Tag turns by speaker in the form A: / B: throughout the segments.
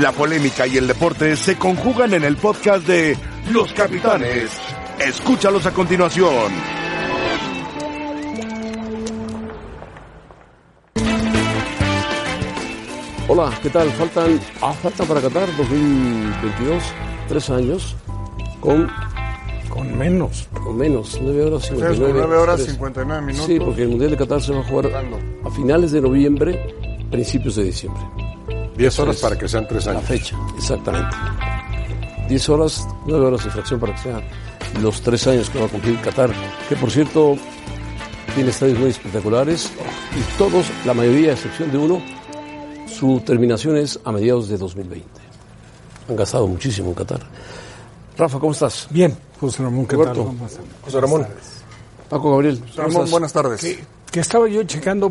A: La polémica y el deporte se conjugan en el podcast de Los Capitanes. Escúchalos a continuación.
B: Hola, ¿qué tal? Faltan, ah, falta para Qatar 2022 tres años con...
C: Con menos.
B: Con menos, 9 horas
D: Pues es
B: 59.
D: con 9 horas
B: tres.
D: 59 minutos.
B: Sí, porque el Mundial de Qatar se va a jugar a finales de noviembre, principios de diciembre.
E: 10 horas
B: Entonces,
E: para que sean 3 años.
B: La fecha, exactamente. 10 horas, 9 horas de fracción para que sean los 3 años que va a cumplir Qatar, que por cierto tiene estadios muy espectaculares y todos, la mayoría, a excepción de uno, su terminación es a mediados de 2020. Han gastado muchísimo en Qatar. Rafa, ¿cómo estás?
C: Bien, José Ramón, ¿qué
B: Roberto.
C: tal? ¿Cómo estás?
E: José Ramón,
B: Paco Gabriel. ¿cómo
D: Ramón,
B: estás?
D: buenas tardes.
C: Que, que estaba yo checando,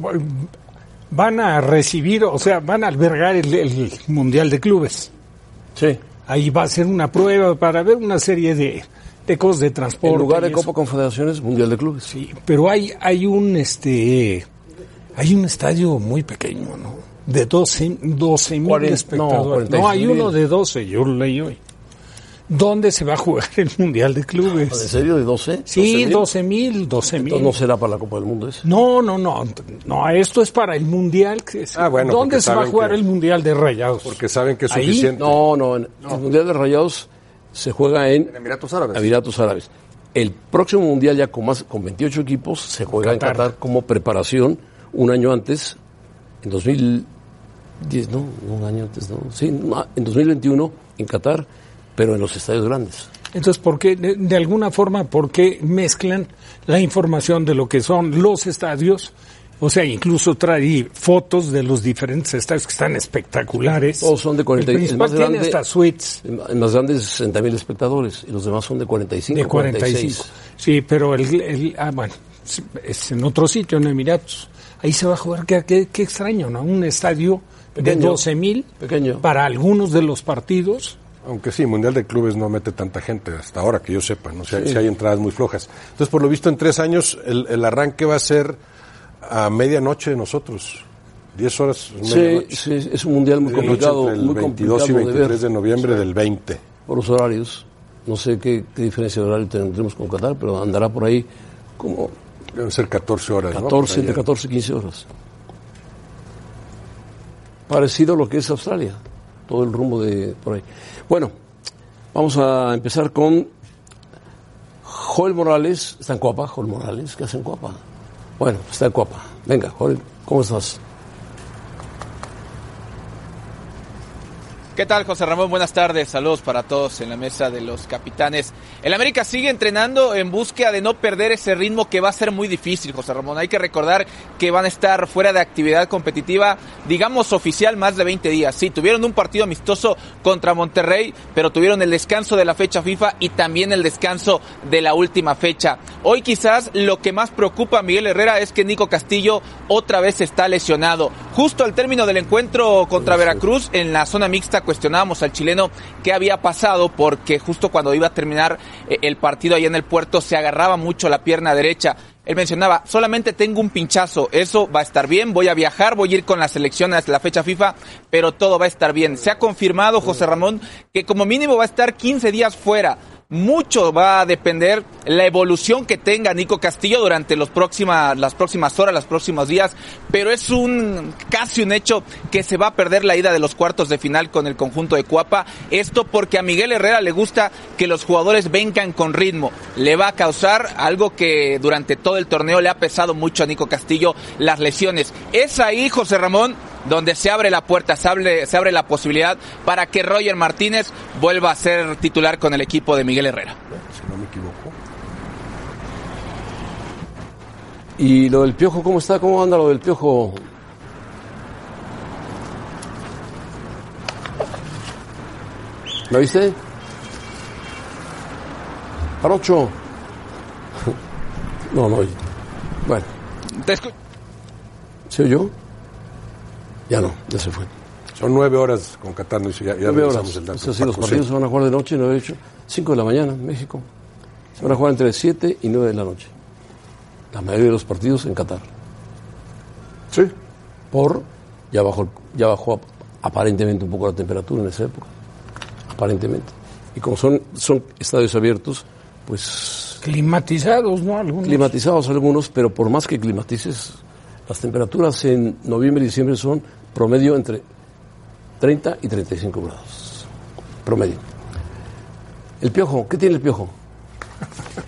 C: van a recibir, o sea, van a albergar el, el Mundial de Clubes.
B: Sí.
C: Ahí va a ser una prueba para ver una serie de, de cosas de transporte.
B: En lugar
C: y
B: de
C: eso.
B: Copa Confederaciones, Mundial de Clubes.
C: Sí, pero hay, hay un este hay un estadio muy pequeño, ¿no? De 12 mil
B: Cuarenta- no,
C: espectadores.
B: 46,000.
C: No, hay uno de 12, yo lo leí hoy. ¿Dónde se va a jugar el Mundial de
B: ¿En
C: Clubes?
B: serio? ¿De 12?
C: Sí,
B: 12.000.
C: 12 mil, 12 mil.
B: Entonces no será para la Copa del Mundo ese.
C: No, no, no, no, esto es para el Mundial. que es-
E: Ah, bueno,
C: ¿Dónde
E: porque
C: se va a
E: saben
C: jugar
E: que-
C: el Mundial de Rayados?
E: porque saben que es
C: Ahí,
E: suficiente.
B: No, no, en- el Mundial de Rayados se juega en
D: En Emiratos Árabes.
B: Emiratos Árabes. El próximo Mundial ya con más con 28 equipos se juega en
C: Qatar.
B: Qatar como preparación un año antes, en 2010, no, no, un año antes, no, sí, no, en 2021 en Qatar, pero en los estadios grandes.
C: Entonces, ¿por qué, de, de alguna forma, por qué mezclan la información de lo que son los estadios? O sea, incluso trae fotos de los diferentes estadios que están espectaculares.
B: Todos son de 40
C: El
B: el
C: principal
B: más
C: tiene
B: grande-
C: hasta suites
B: El ma- el más grande es 60.000 espectadores y los demás son de 45,
C: de 45. Sí, pero el, el- ah, bueno, es- es en otro sitio, en Emiratos. Ahí se va a jugar, qué, qué- qué extraño, ¿no? Un estadio de
B: Pequeño.
C: 12 mil
B: Pequeño.
C: para algunos de los partidos.
E: Aunque sí, Mundial de Clubes no mete tanta gente hasta ahora, que yo sepa, ¿no? Si, hay- si hay entradas muy flojas. Entonces, por lo visto, en tres años el, el arranque va a ser a medianoche de nosotros. 10 horas,
B: Sí,
E: medianoche.
B: sí, es un mundial muy
E: Medianoche
B: complicado,
E: entre el
B: muy
E: 22
B: complicado
E: y
B: de ver.
E: 23 de, noviembre del 20.
B: por los horarios. No sé qué, qué diferencia de horario tendremos con Qatar, pero andará por ahí como
E: Deben ser 14 horas, ¿no?
B: 14,
E: Por
B: entre
E: allá.
B: 14 y 15 horas. Parecido a lo que es Australia, todo el rumbo de por ahí. Bueno, vamos a empezar con Joel Morales. ¿Está en Coapa, Joel Morales? ¿Qué hace en Coapa? Bueno, está en Coapa. Venga, Joel, ¿cómo estás?
F: ¿Qué tal, José Ramón? Buenas tardes. Saludos para todos en la mesa de los capitanes. El América sigue entrenando en búsqueda de no perder ese ritmo que va a ser muy difícil, José Ramón. Hay que recordar que van a estar fuera de actividad competitiva, digamos oficial, más de 20 días. Sí, tuvieron un partido amistoso contra Monterrey, pero tuvieron el descanso de la fecha FIFA y también el descanso de la última fecha. Hoy quizás lo que más preocupa a Miguel Herrera es que Nico Castillo otra vez está lesionado. Justo al término del encuentro contra Veracruz, en la zona mixta cuestionábamos al chileno qué había pasado porque justo cuando iba a terminar eh, el partido allá en el puerto se agarraba mucho la pierna derecha. Él mencionaba, solamente tengo un pinchazo, eso va a estar bien, voy a viajar, voy a ir con la selección hasta la fecha FIFA, pero todo va a estar bien. Se ha confirmado, José Ramón, que como mínimo va a estar 15 días fuera. Mucho va a depender la evolución que tenga Nico Castillo durante los próxima- las próximas horas, los próximos días, pero es un casi un hecho que se va a perder la ida de los cuartos de final con el conjunto de Cuapa. Esto porque a Miguel Herrera le gusta que los jugadores vengan con ritmo. Le va a causar algo que durante todo el torneo le ha pesado mucho a Nico Castillo, las lesiones. Es ahí, José Ramón, donde se abre la puerta, se abre, se abre la posibilidad para que Roger Martínez vuelva a ser titular con el equipo de Miguel Herrera.
E: Si no me equivoco.
B: Y lo del piojo, ¿cómo está? ¿Cómo anda lo del piojo? ¿Me viste? Jarocho. No, no. oye. Bueno,
F: Te escu-
B: ¿se oyó? Ya no, ya se fue.
E: Son 9 horas con Qatar, ¿no? Y ya, ya
B: Nueve horas.
E: revisamos el dato.
B: O sea, si los
E: Paco, sí.
B: partidos se van a jugar de noche, 9 8, 5 de la mañana, México. Se van a jugar entre 7 y 9 de la noche. La mayoría de los partidos en Qatar.
E: Sí.
B: por ya bajó ya bajó aparentemente un poco la temperatura en esa época. Aparentemente. Y como son, son estadios abiertos, pues.
C: Climatizados, ¿no? Algunos.
B: Climatizados algunos, pero por más que climatices, las temperaturas en noviembre y diciembre son promedio entre 30 y 35 grados. Promedio. El piojo, ¿qué tiene el piojo?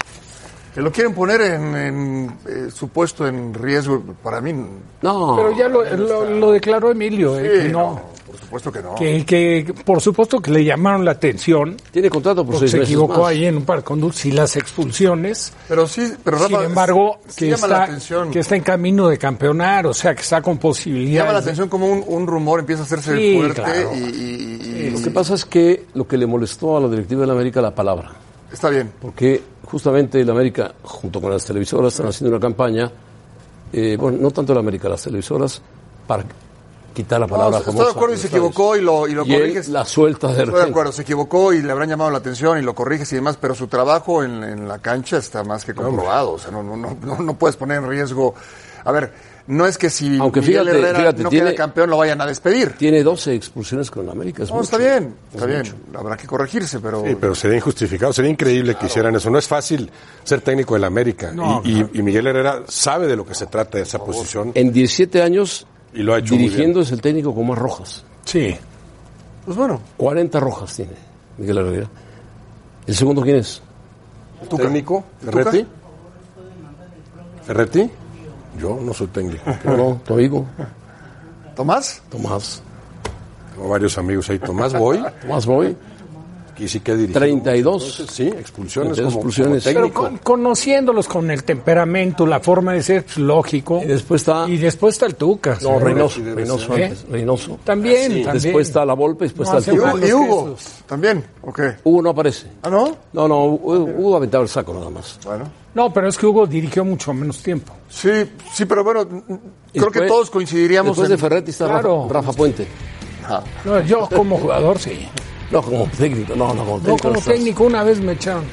D: Que lo quieren poner en, en, eh, su puesto en riesgo, para mí.
B: No.
C: Pero ya lo, lo, lo declaró Emilio, eh,
D: Sí,
C: que no.
D: Por supuesto que no.
C: Que, que por supuesto que le llamaron la atención.
B: Tiene contrato por
C: Porque
B: pues
C: se
B: seis meses
C: equivocó
B: más.
C: ahí en un par de conductas y las expulsiones.
D: Pero sí, pero
C: Sin
D: Rafa,
C: embargo,
D: sí
C: que,
D: llama la
C: está,
D: atención.
C: que está en camino de campeonar, o sea, que está con
D: Llama la
C: posibilidades. de-
D: atención como un, un rumor empieza a hacerse
C: Sí,
D: fuerte
C: claro.
D: y, y- y- y-
B: Lo que pasa es que lo que le molestó a la directiva de la América la palabra.
D: está bien.
B: Porque justamente la América, junto con las televisoras, están haciendo una campaña, eh, bueno, no tanto la América, las televisoras, para quitar la
D: No,
B: palabra
D: estoy
B: famosa
D: de acuerdo y
B: en
D: se
B: los estadios.
D: equivocó y lo, y lo
B: Y él
D: corriges.
B: la suelta de
D: Estoy de
B: repente.
D: acuerdo, se equivocó y le habrán llamado la atención y lo corriges y demás, pero su trabajo en, en la cancha está más que comprobado. O sea, no, no, no, no, no puedes poner en riesgo. A ver, no es que si
B: Aunque
D: Miguel
B: fíjate,
D: Herrera
B: fíjate,
D: no
B: tiene-
D: queda campeón lo vayan a despedir.
B: Tiene 12 expulsiones con la América. es
D: No, está
B: mucho.
D: bien,
B: Es
D: está bien.
B: mucho.
D: Habrá que corregirse, pero.
E: Sí, pero sería injustificado, sería increíble que hicieran eso. No es fácil ser técnico del América.
C: No,
E: y, y- y Miguel Herrera sabe de lo que se trata esa posición
B: En 17 años,
E: y lo ha hecho muy bien.
B: dirigiendo es el técnico con más rojas.
C: Sí.
D: Pues bueno,
B: 40 rojas tiene Miguel Herrera. ¿El segundo quién es?
E: ¿Tu técnico?
D: ¿Tuca?
E: ¿Ferretti? ¿Ferretti? Yo no soy técnico.
B: No, no, tu amigo,
D: Tomás,
B: Tomás.
E: Tengo varios amigos ahí. Tomás Boy,
B: Tomás Boy,
E: que sí que dirigió.
B: 32.
E: Sí, expulsiones.
B: 32
E: como-
B: expulsiones.
E: como
C: Pero
E: técnico.
C: con- conociéndolos con el temperamento, la forma de ser, pues, lógico.
B: Y después está-
C: Y después está el Tuca.
B: No,
C: Sí.
B: Reynoso,
E: sí, debe
B: Reynoso
C: ser. ¿Eh?
B: antes, Reynoso.
C: También, también.
B: Después está la Volpe, después
C: No,
B: está
D: y
B: el
C: hace
B: Tuca.
D: Hugo,
C: Tomás,
D: y
C: los
D: Hugo,
C: quesos.
D: también, ¿o qué?
B: Hugo no aparece.
D: ¿Ah, no?
B: No, no, Hugo, Hugo aventaba el saco nada más.
D: Bueno.
C: No, pero es que Hugo dirigió mucho menos tiempo.
D: Sí, sí, pero bueno, creo que
B: Después-
D: todos coincidiríamos
B: Después
D: en...
B: de Ferretti está Rafa-
C: Claro.
B: Rafa, Puente.
D: Ah,
C: No, yo como jugador, sí.
B: No, como técnico, no, no, como técnico.
C: No, como
B: estás.
C: técnico una vez me echaron.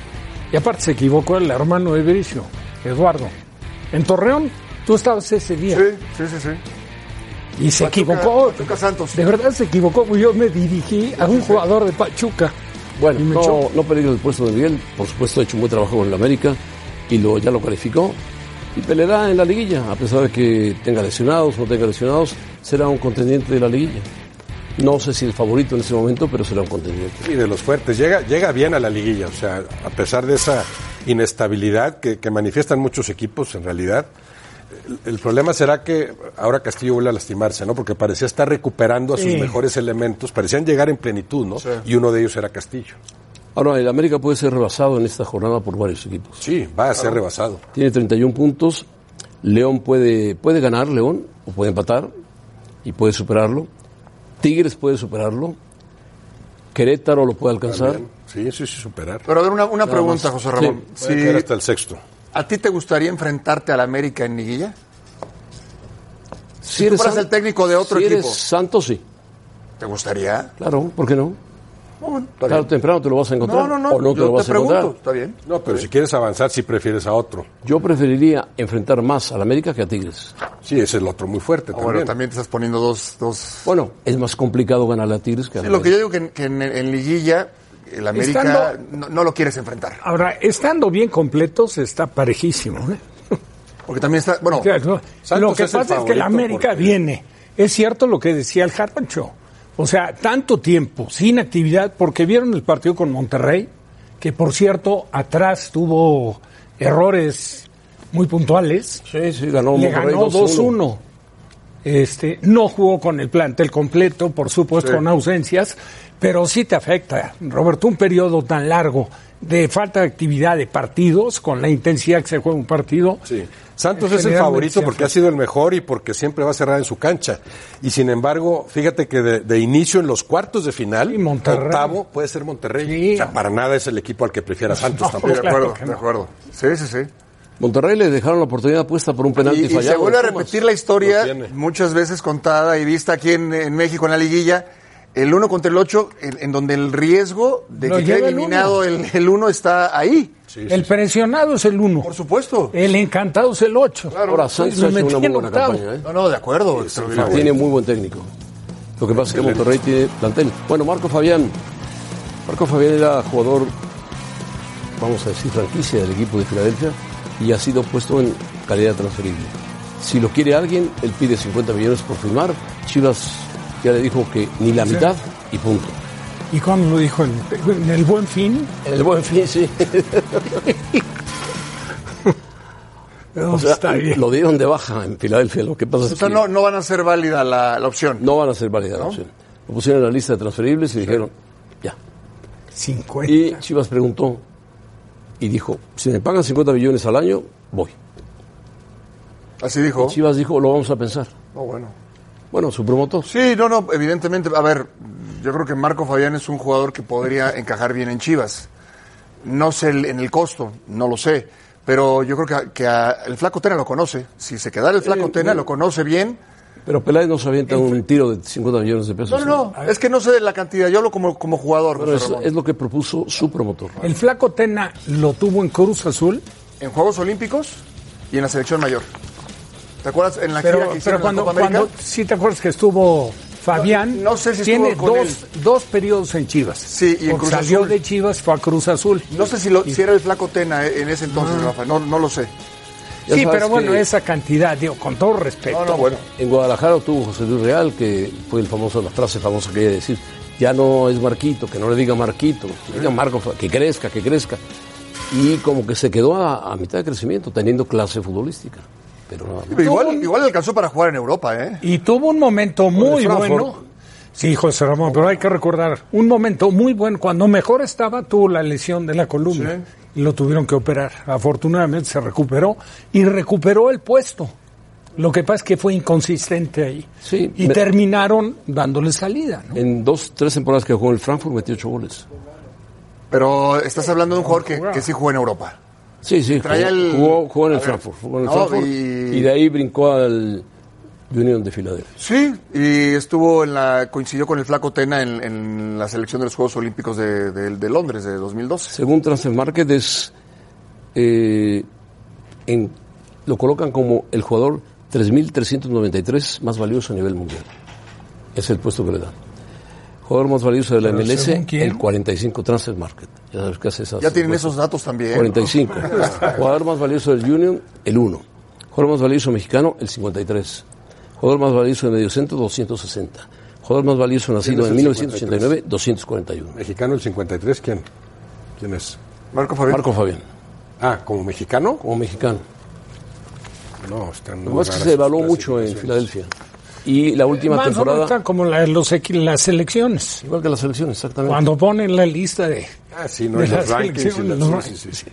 C: Y aparte se equivocó el hermano de Bricio, Eduardo. En Torreón, tú estabas ese día.
D: sí, sí, sí, sí.
C: Y se
D: Pachuca-
C: equivocó.
D: Pachuca Santos.
C: De verdad se equivocó. Yo me dirigí a un jugador de Pachuca.
B: Bueno,
C: Y me
B: no,
C: echó.
B: no peligro el puesto de Miguel. Por supuesto, ha hecho un buen trabajo con el América y lo, ya lo calificó. Y peleará en la liguilla, a pesar de que tenga lesionados o no tenga lesionados, será un contendiente de la liguilla. No sé si el favorito en ese momento, pero será un contendiente.
E: Y de los fuertes. Llega, llega bien a la liguilla, o sea, a pesar de esa inestabilidad que, que manifiestan muchos equipos en realidad. El, el problema será que ahora Castillo vuelve a lastimarse, ¿no? Porque parecía estar recuperando a sus
C: Sí.
E: mejores elementos, parecían llegar en plenitud, ¿no? Y uno de ellos era Castillo.
B: Ahora, el América puede ser rebasado en esta jornada por varios equipos.
E: Sí, va a ser rebasado.
B: Tiene 31 puntos. León puede, puede ganar, León, o puede empatar, y puede superarlo. Tigres puede superarlo. Querétaro lo puede alcanzar.
E: Sí, sí, sí, superar.
D: Pero a ver, una, una pregunta, José Ramón.
E: Sí, puede caer
D: Si-
E: hasta el sexto.
D: ¿A ti te gustaría enfrentarte al América en liguilla?
B: Si eres
D: fueras
B: San-
D: el técnico de otro
B: si eres
D: equipo.
B: Santos, sí.
D: ¿Te gustaría?
B: Claro, ¿por qué no?
D: Bueno, está
B: Claro,
D: bien.
B: temprano te lo vas a encontrar.
D: No, no, no.
B: O no te
D: yo
B: lo vas
D: te
B: a
D: pregunto.
B: encontrar.
D: Está bien.
E: No, pero si quieres avanzar, si prefieres a otro.
B: Yo preferiría enfrentar más al América que a Tigres.
E: Sí, ese es el otro muy fuerte
D: Ah,
E: también.
D: bueno, también te estás poniendo dos. dos...
B: Bueno, es más complicado ganar a Tigres que a
D: Sí, lo que yo digo que, en- que en, en liguilla, el América
C: Estando-
D: no, no lo quieres enfrentar.
C: Ahora, estando bien completos, está parejísimo. ¿eh?
D: Porque también está. Bueno,
C: O sea, no,
E: Santos
C: lo que
E: es el
C: pasa es que
E: favorito
C: la América
E: porque-
C: viene. Es cierto lo que decía el Jarpancho. O sea, tanto tiempo sin actividad, porque vieron el partido con Monterrey, que por cierto, atrás tuvo errores muy puntuales.
B: Sí, sí, ganó
C: Le
B: Monterrey
C: ganó 2-1.
B: 2-1.
C: Este, no jugó con el plantel completo, por supuesto, con ausencias, pero sí te afecta, Roberto, un periodo tan largo de falta de actividad de partidos, con la intensidad que se juega un partido.
E: Sí. Santos es el
C: Generalmente
E: favorito porque
C: siempre.
E: ha sido el mejor y porque siempre va a cerrar en su cancha. Y sin embargo, fíjate que de, de inicio en los cuartos de final,
C: Sí, Monterrey.
E: octavo puede ser Monterrey.
C: Sí.
E: O sea, para nada es el equipo al que prefiera Santos
D: estoy
E: tampoco.
D: de acuerdo, de acuerdo. Sí, sí, sí.
B: Monterrey le dejaron la oportunidad puesta por un penalti
D: Y, y
B: fallado.
D: se vuelve a repetir la historia,
E: Lo tiene.
D: muchas veces contada y vista aquí en, en México en la liguilla. El uno contra el ocho, en, en donde el riesgo de
C: Lo
D: que
C: lleva
D: quede
C: el uno.
D: eliminado el el uno está ahí.
C: el presionado es el 1.
D: Por supuesto.
C: El encantado es el Pues 8.
B: Ahora Santos ha hecho una muy buena campaña. ¿eh?
D: No, no, de acuerdo. extraordinario.
B: Tiene muy buen técnico. Lo que pasa es que Monterrey tiene plantel. Bueno, Marco Fabián. Marco Fabián era jugador, vamos a decir, franquicia del equipo de Filadelfia y ha sido puesto en calidad transferible. Si lo quiere alguien, él pide 50 millones por firmar. Chivas ya le dijo que ni la
C: Sí.
B: mitad y punto.
C: ¿Y cuándo lo dijo? ¿En, en el buen fin?
B: En el buen fin, sí.
C: No,
B: O sea,
C: está bien.
B: Lo dieron de baja en Filadelfia. Lo que pasa es
D: O sea,
B: que
D: no, no van a ser válida la, la opción.
B: no van a ser válida la
D: ¿No?
B: opción. Lo pusieron en la lista de transferibles y dijeron, ya.
C: 50.
B: Y Chivas preguntó y dijo, si me pagan 50 millones al año, voy.
D: Así dijo.
B: Chivas dijo, lo vamos a pensar.
D: Oh, bueno.
B: Bueno, su promotor.
D: Sí, no, no, evidentemente. A ver, yo creo que Marco Fabián es un jugador que podría encajar bien en Chivas. No sé el- en el costo, no lo sé. Pero yo creo que, a- que a- el Flaco Tena lo conoce. Si se quedara el Flaco
B: Eh,
D: Tena,
B: no.
D: lo conoce bien.
B: Pero Peláez no se avienta un tiro de 50 millones de pesos.
D: No, no, no. Es que no sé la cantidad. Yo hablo como, como jugador.
B: Pero
D: José
B: es,
D: Ramón.
B: es lo que propuso su promotor.
C: El flaco Tena lo tuvo en Cruz Azul,
D: En Juegos Olímpicos y en la selección mayor. ¿Te acuerdas en la gira
C: pero,
D: que hicieron
C: pero
D: en
C: cuando,
D: la Copa América?
C: cuando sí te acuerdas que estuvo Fabián,
D: No, no sé si
C: tiene
D: estuvo con
C: dos, dos periodos en Chivas.
D: Sí, y en
C: Porque
D: Cruz
C: salió
D: Azul.
C: de Chivas, fue a Cruz Azul.
D: No sé si, lo, si era el flaco Tena eh, en ese entonces,
B: Ah.
D: Rafa. No, no lo sé.
B: Ya
C: sí,
B: sabes
C: pero bueno,
B: que
C: esa cantidad, digo, con todo respeto.
D: No, no, bueno.
B: En Guadalajara tuvo José Luis Real, que fue el famoso, la frase famosa que ella decir, ya no es Marquito, que no le diga Marquito, que diga Marco, Fa- que crezca, que crezca. Y como que se quedó a, a mitad de crecimiento, teniendo clase futbolística. Pero nada más.
D: Pero igual, igual alcanzó para jugar en Europa, ¿eh?
C: Y tuvo un momento muy
B: Frankfurt.
C: bueno. Sí, José Ramón, pero hay que recordar, un momento muy bueno. Cuando mejor estaba, tuvo la lesión de la columna y lo tuvieron que operar. Afortunadamente se recuperó y recuperó el puesto. Lo que pasa es que fue inconsistente ahí.
B: Sí,
C: y
B: me-
C: terminaron dándole salida. ¿no?
B: En dos, tres temporadas que jugó en el Frankfurt metió ocho goles.
D: Pero estás hablando de un jugador que, que sí jugó en Europa.
B: Sí, sí, jugó,
D: Traía el-
B: jugó- jugó en
D: a
B: el
D: ver,
B: Frankfurt. jugó en el
D: no,
B: Frankfurt,
D: y-
B: y... de ahí brincó al Union de Filadelfia.
D: Sí, y estuvo en la coincidió con el flaco Tena en, en la selección de los Juegos Olímpicos de, de- de Londres de 2012.
B: Según Transfer Market, es, eh, en- lo colocan como el jugador 3.393 más valioso a nivel mundial. Es el puesto que le dan. Jugador más valioso de la
C: Pero
B: MLS,
C: según quién.
B: el 45 Transfer Market. Ya sabes qué hace esas
D: Ya tienen
B: encuestas.
D: esos datos también. Este,
B: 45. Jugador más valioso del Union, el 1. Jugador más valioso mexicano, el 53. Jugador más valioso de Mediocentro, 260. Jugador más valioso nacido en
E: ¿Quién es el
B: 1989, 241.
E: Mexicano el 53, ¿quién? ¿Quién es?
D: Marco Fabián.
B: Marco Fabián,
E: Ah, ¿como mexicano?
B: como mexicano.
E: No, este, están
B: Lo
E: muy
B: más que
E: raras
B: se evaluó
E: sus
B: mucho en
E: clasificaciones.
B: Filadelfia. Y la última
C: Más o menos
B: temporada,
C: está como la- los equi- las selecciones.
B: igual que la selección, exactamente.
C: Cuando ponen la lista de...
E: Ah, sí, no,
C: De
E: en
C: la
E: los rankings. y
C: selección,
E: las-
C: ¿no?
E: sí, sí, sí.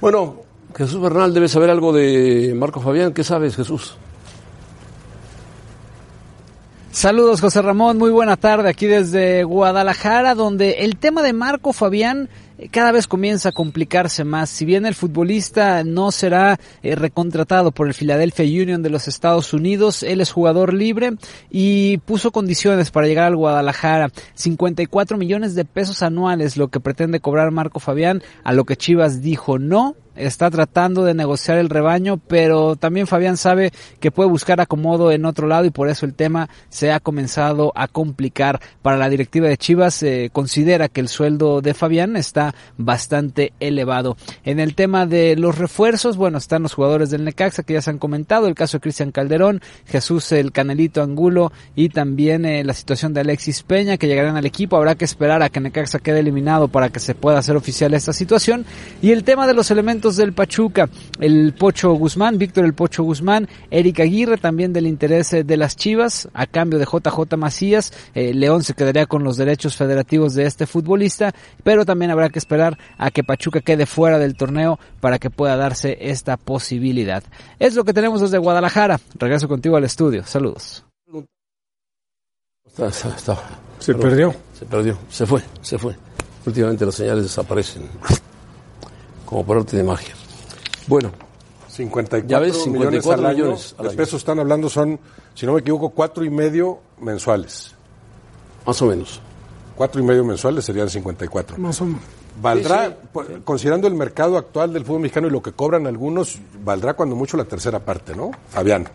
B: Bueno, Jesús Bernal debe saber algo de Marco Fabián. ¿Qué sabes, Jesús?
G: Saludos José Ramón, muy buena tarde aquí desde Guadalajara, donde el tema de Marco Fabián eh, cada vez comienza a complicarse más. Si bien el futbolista no será eh, recontratado por el Philadelphia Union de los Estados Unidos, él es jugador libre y puso condiciones para llegar al Guadalajara. 54 millones de pesos anuales lo que pretende cobrar Marco Fabián, a lo que Chivas dijo no está tratando de negociar el rebaño, pero también Fabián sabe que puede buscar acomodo en otro lado y por eso el tema se ha comenzado a complicar. Para la directiva de Chivas eh, considera que el sueldo de Fabián está bastante elevado. En el tema de los refuerzos, bueno, están los jugadores del Necaxa que ya se han comentado, el caso de Cristian Calderón, Jesús el Canelito Angulo y también eh, la situación de Alexis Peña que llegarán al equipo. Habrá que esperar a que Necaxa quede eliminado para que se pueda hacer oficial esta situación. Y el tema de los elementos del Pachuca, el Pocho Guzmán, Víctor el Pocho Guzmán, Eric Aguirre también del interés eh, de las Chivas a cambio de JJ Macías. Eh, León se quedaría con los derechos federativos de este futbolista, pero también habrá que esperar a que Pachuca quede fuera del torneo para que pueda darse esta posibilidad. Es lo que tenemos desde Guadalajara. Regreso contigo al estudio. Saludos.
B: Está- está- está-
C: Se perdió.
B: Se perdió, se fue, se fue. Últimamente las señales desaparecen. Como por arte de magia. Bueno,
E: 54
B: Ya ves, 54
E: millones, al año.
B: millones al
E: Los
B: año.
E: pesos están hablando son, si no me equivoco, cuatro y medio mensuales.
B: más o menos.
E: Cuatro y medio mensuales serían 54.
C: Más o menos.
E: Valdrá, Pues, por- considerando el mercado actual del fútbol mexicano y lo que cobran algunos, valdrá cuando mucho la tercera parte, ¿no? Fabián.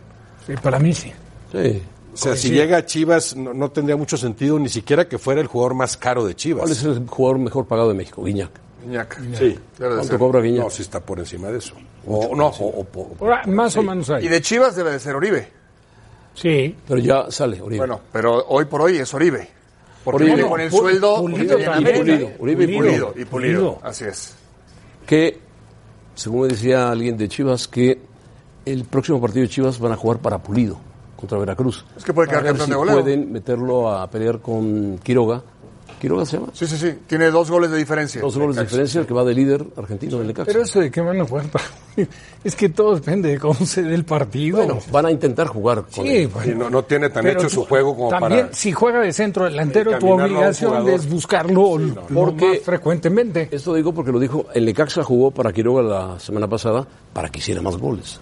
C: Sí, para mí sí.
B: Pues Sí.
E: O sea, si llega a Chivas, no, no tendría mucho sentido ni siquiera que fuera el jugador más caro de Chivas.
B: ¿Cuál es el jugador mejor pagado de México? Guiñac.
D: Iñak.
E: Sí.
D: Debe de
B: ¿Cuánto
D: ser.
B: cobra Guiñac?
E: No, si está por encima de eso. O, no, o- o po- o-
C: Ahora, más o menos
D: Y
C: ahí.
D: de Chivas debe de ser Oribe.
C: Sí.
B: Pero ya sale, Oribe.
D: Bueno, pero hoy por hoy es Oribe. Porque
B: Oribe.
D: viene con el sueldo
C: Pulido
D: que tenía en
C: también.
D: América.
B: Pulido, Oribe y
D: pulido.
C: Pulido.
D: Y pulido.
C: Pulido.
D: Así es.
B: Que, según me decía alguien de Chivas, que el próximo partido de Chivas van a jugar para Pulido contra Veracruz.
D: Es que puede
B: A
D: quedar
B: ver
D: campeón
B: si
D: de goleo.
B: pueden meterlo a pelear con Quiroga. ¿Quiroga se llama?
D: Sí, sí, sí. Tiene dos goles de diferencia.
B: Dos goles de diferencia, el que va de líder argentino del Necaxa.
C: Pero eso de que van a jugar para- Es que todo depende de cómo se dé el partido.
B: Bueno, van a intentar jugar con
C: sí,
B: él.
E: y
C: bueno.
E: no, no tiene tan
C: Pero
E: hecho
C: tú-
E: su juego como
C: también,
E: para.
C: si juega de centro delantero, tu
E: encaminarlo a un
C: obligación
E: jugador.
C: es buscarlo lo
B: Porque-
C: más frecuentemente.
B: Esto digo porque lo dijo, el Necaxa jugó para Quiroga la semana pasada para que hiciera más goles.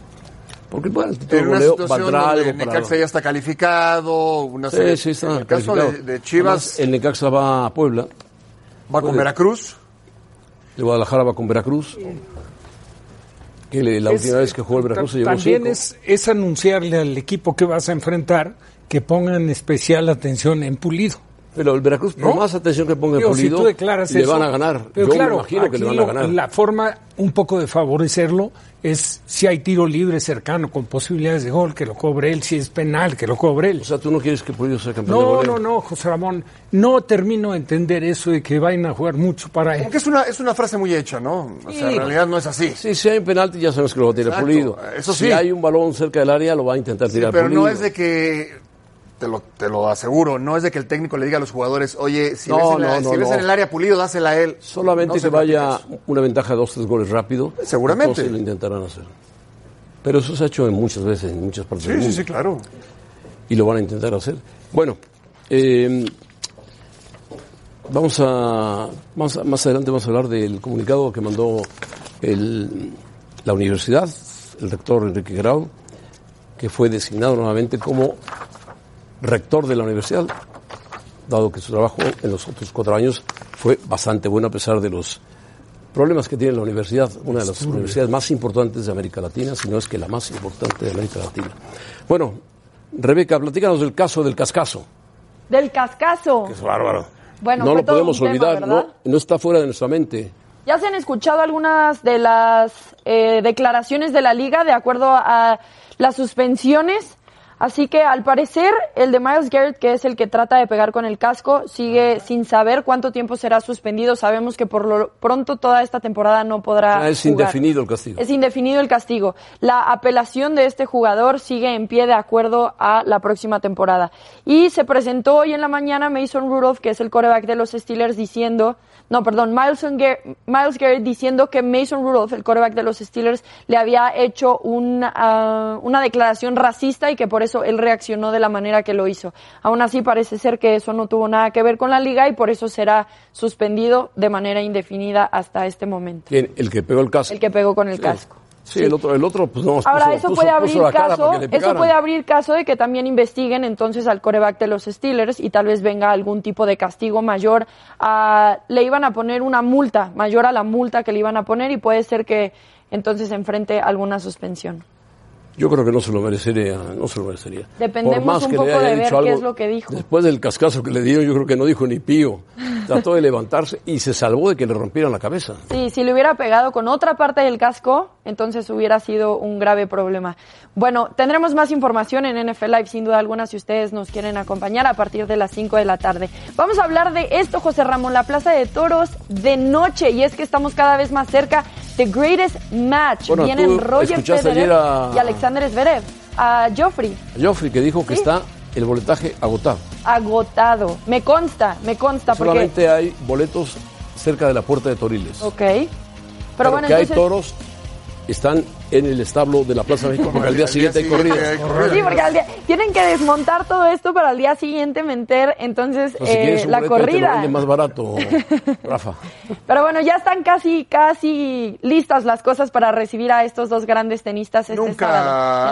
B: Porque bueno, el título de
D: En una
B: goleo
D: situación
B: valdrá
D: donde
B: algo para...
D: Necaxa ya está calificado, una
B: Sí,
D: serie-
B: sí, está
D: en el caso
B: calificado.
D: de, de Chivas
B: Además, el Necaxa va a Puebla,
D: va con
B: puede-
D: Veracruz,
B: el Guadalajara va con Veracruz. Que le- la
C: Es-
B: última vez que jugó el Veracruz se llevó
C: También
B: cinco.
C: es, es anunciarle al equipo que vas a enfrentar que pongan especial atención en Pulido.
B: Pero el Veracruz,
C: ¿No?
B: por más atención que ponga
C: Digo,
B: Pulido,
C: si tú declaras
B: le
C: eso-
B: van a ganar.
C: Pero
B: Yo
C: claro,
B: me imagino que
C: aquí
B: le van a
C: lo-
B: ganar.
C: La forma un poco de favorecerlo es si hay tiro libre cercano con posibilidades de gol, que lo cobre él, si es penal, que lo cobre él.
B: O sea, tú no quieres que Pulido sea campeón de
C: No,
B: goleo?
C: no, no, José Ramón, no termino de entender eso de que vayan a jugar mucho para él.
D: porque es una es una frase muy hecha, ¿no? O sea, en realidad no es así.
B: Sí, si hay un penalti ya sabes que lo va a tirar
D: Exacto,
B: Pulido.
D: eso
B: Si
D: sí.
B: hay un balón cerca del área lo va a intentar tirar
D: Pero
B: Pulido.
D: no es de que te lo, te lo aseguro, no es de que el técnico le diga a los jugadores, oye, si
B: No,
D: ves, en, la-
B: no, no,
D: si ves
B: no.
D: en el área pulido, dásela a él.
B: Solamente
D: No
B: que
D: se
B: vaya
D: platica
B: una ventaja de dos, tres goles rápido.
D: Seguramente.
B: entonces lo intentarán hacer. Pero eso se ha hecho en muchas veces, en muchas partes
D: eso.
B: del
D: Sí, sí,
B: mundo.
D: sí, claro.
B: Y lo van a intentar hacer. Bueno, eh, vamos a más, más adelante vamos a hablar del comunicado que mandó el- la universidad, el rector Enrique Grau, que fue designado nuevamente como rector de la universidad, dado que su trabajo en los otros cuatro años fue bastante bueno a pesar de los problemas que tiene la universidad, una de las universidades más importantes de América Latina, si no es que la más importante de América Latina. Bueno, Rebeca, platícanos del caso del cascazo.
H: Del cascazo.
B: Es bárbaro.
H: Bueno,
B: no
H: fue
B: lo
H: todo
B: podemos
H: un tema,
B: olvidar,
H: ¿verdad?
B: no, no está fuera de nuestra mente.
H: Ya se han escuchado algunas de las eh, declaraciones de la liga de acuerdo a las suspensiones. Así que al parecer el de Miles Garrett, que es el que trata de pegar con el casco, sigue sin saber cuánto tiempo será suspendido. Sabemos que por lo pronto toda esta temporada no podrá.
B: Ah, es
H: jugar.
B: indefinido el castigo.
H: Es indefinido el castigo. La apelación de este jugador sigue en pie de acuerdo a la próxima temporada. Y se presentó hoy en la mañana Mason Rudolph, que es el coreback de los Steelers, diciendo, no, perdón, Miles Garrett, Miles Garrett diciendo que Mason Rudolph, el coreback de los Steelers, le había hecho un, ah, una declaración racista y que por eso él reaccionó de la manera que lo hizo. Aún así parece ser que eso no tuvo nada que ver con la liga y por eso será suspendido de manera indefinida hasta este momento.
B: ¿Quién? El que pegó el casco.
H: El que pegó con el casco.
B: Sí, el otro, el otro pues no.
H: Ahora,
B: puso-
H: eso,
B: puso-
H: puede
B: puso
H: abrir
B: la cara
H: caso,
B: para que le
H: eso
B: pegaran.
H: puede abrir caso de que también investiguen entonces al coreback de los Steelers y tal vez venga algún tipo de castigo mayor. a- le iban a poner una multa mayor a la multa que le iban a poner y puede ser que entonces enfrente alguna suspensión.
B: Yo creo que no se lo merecería, no se lo merecería.
H: Dependemos
B: Por más
H: un
B: que le
H: poco
B: haya
H: de
B: dicho
H: ver qué
B: algo,
H: es lo que dijo.
B: Después del cascazo que le dio, yo creo que no dijo ni pío. Trató de levantarse y se salvó de que le rompieran la cabeza.
H: Sí, si le hubiera pegado con otra parte del casco, entonces hubiera sido un grave problema. Bueno, tendremos más información en NFL Live, sin duda alguna, si ustedes nos quieren acompañar a partir de las 5 de la tarde. Vamos a hablar de esto, José Ramón, la Plaza de Toros de noche, y es que estamos cada vez más cerca. The Greatest Match.
B: Bueno, tú
H: Vienen Roger
B: escuchaste
H: Federer
B: ayer a-
H: y Alexander Zverev. A Joffrey,
B: Joffrey que dijo que
H: Sí.
B: está el boletaje agotado.
H: agotado. Me consta, me consta, Ah, porque...
B: Solamente hay boletos cerca de la puerta de Toriles.
H: Ok. Pero,
B: Pero
H: bueno,
B: que
H: entonces...
B: hay toros, están en el establo de la Plaza México, porque al día siguiente hay corridas.
H: Sí, porque al día, tienen que desmontar todo esto para al día siguiente meter entonces
B: Entonces, si
H: eh,
B: quieres un
H: la
B: boleto, ahí te lo
H: corrida.
B: venden más barato, Rafa.
H: Pero bueno, ya están casi, casi listas las cosas para recibir a estos dos grandes tenistas este sábado en
D: Nunca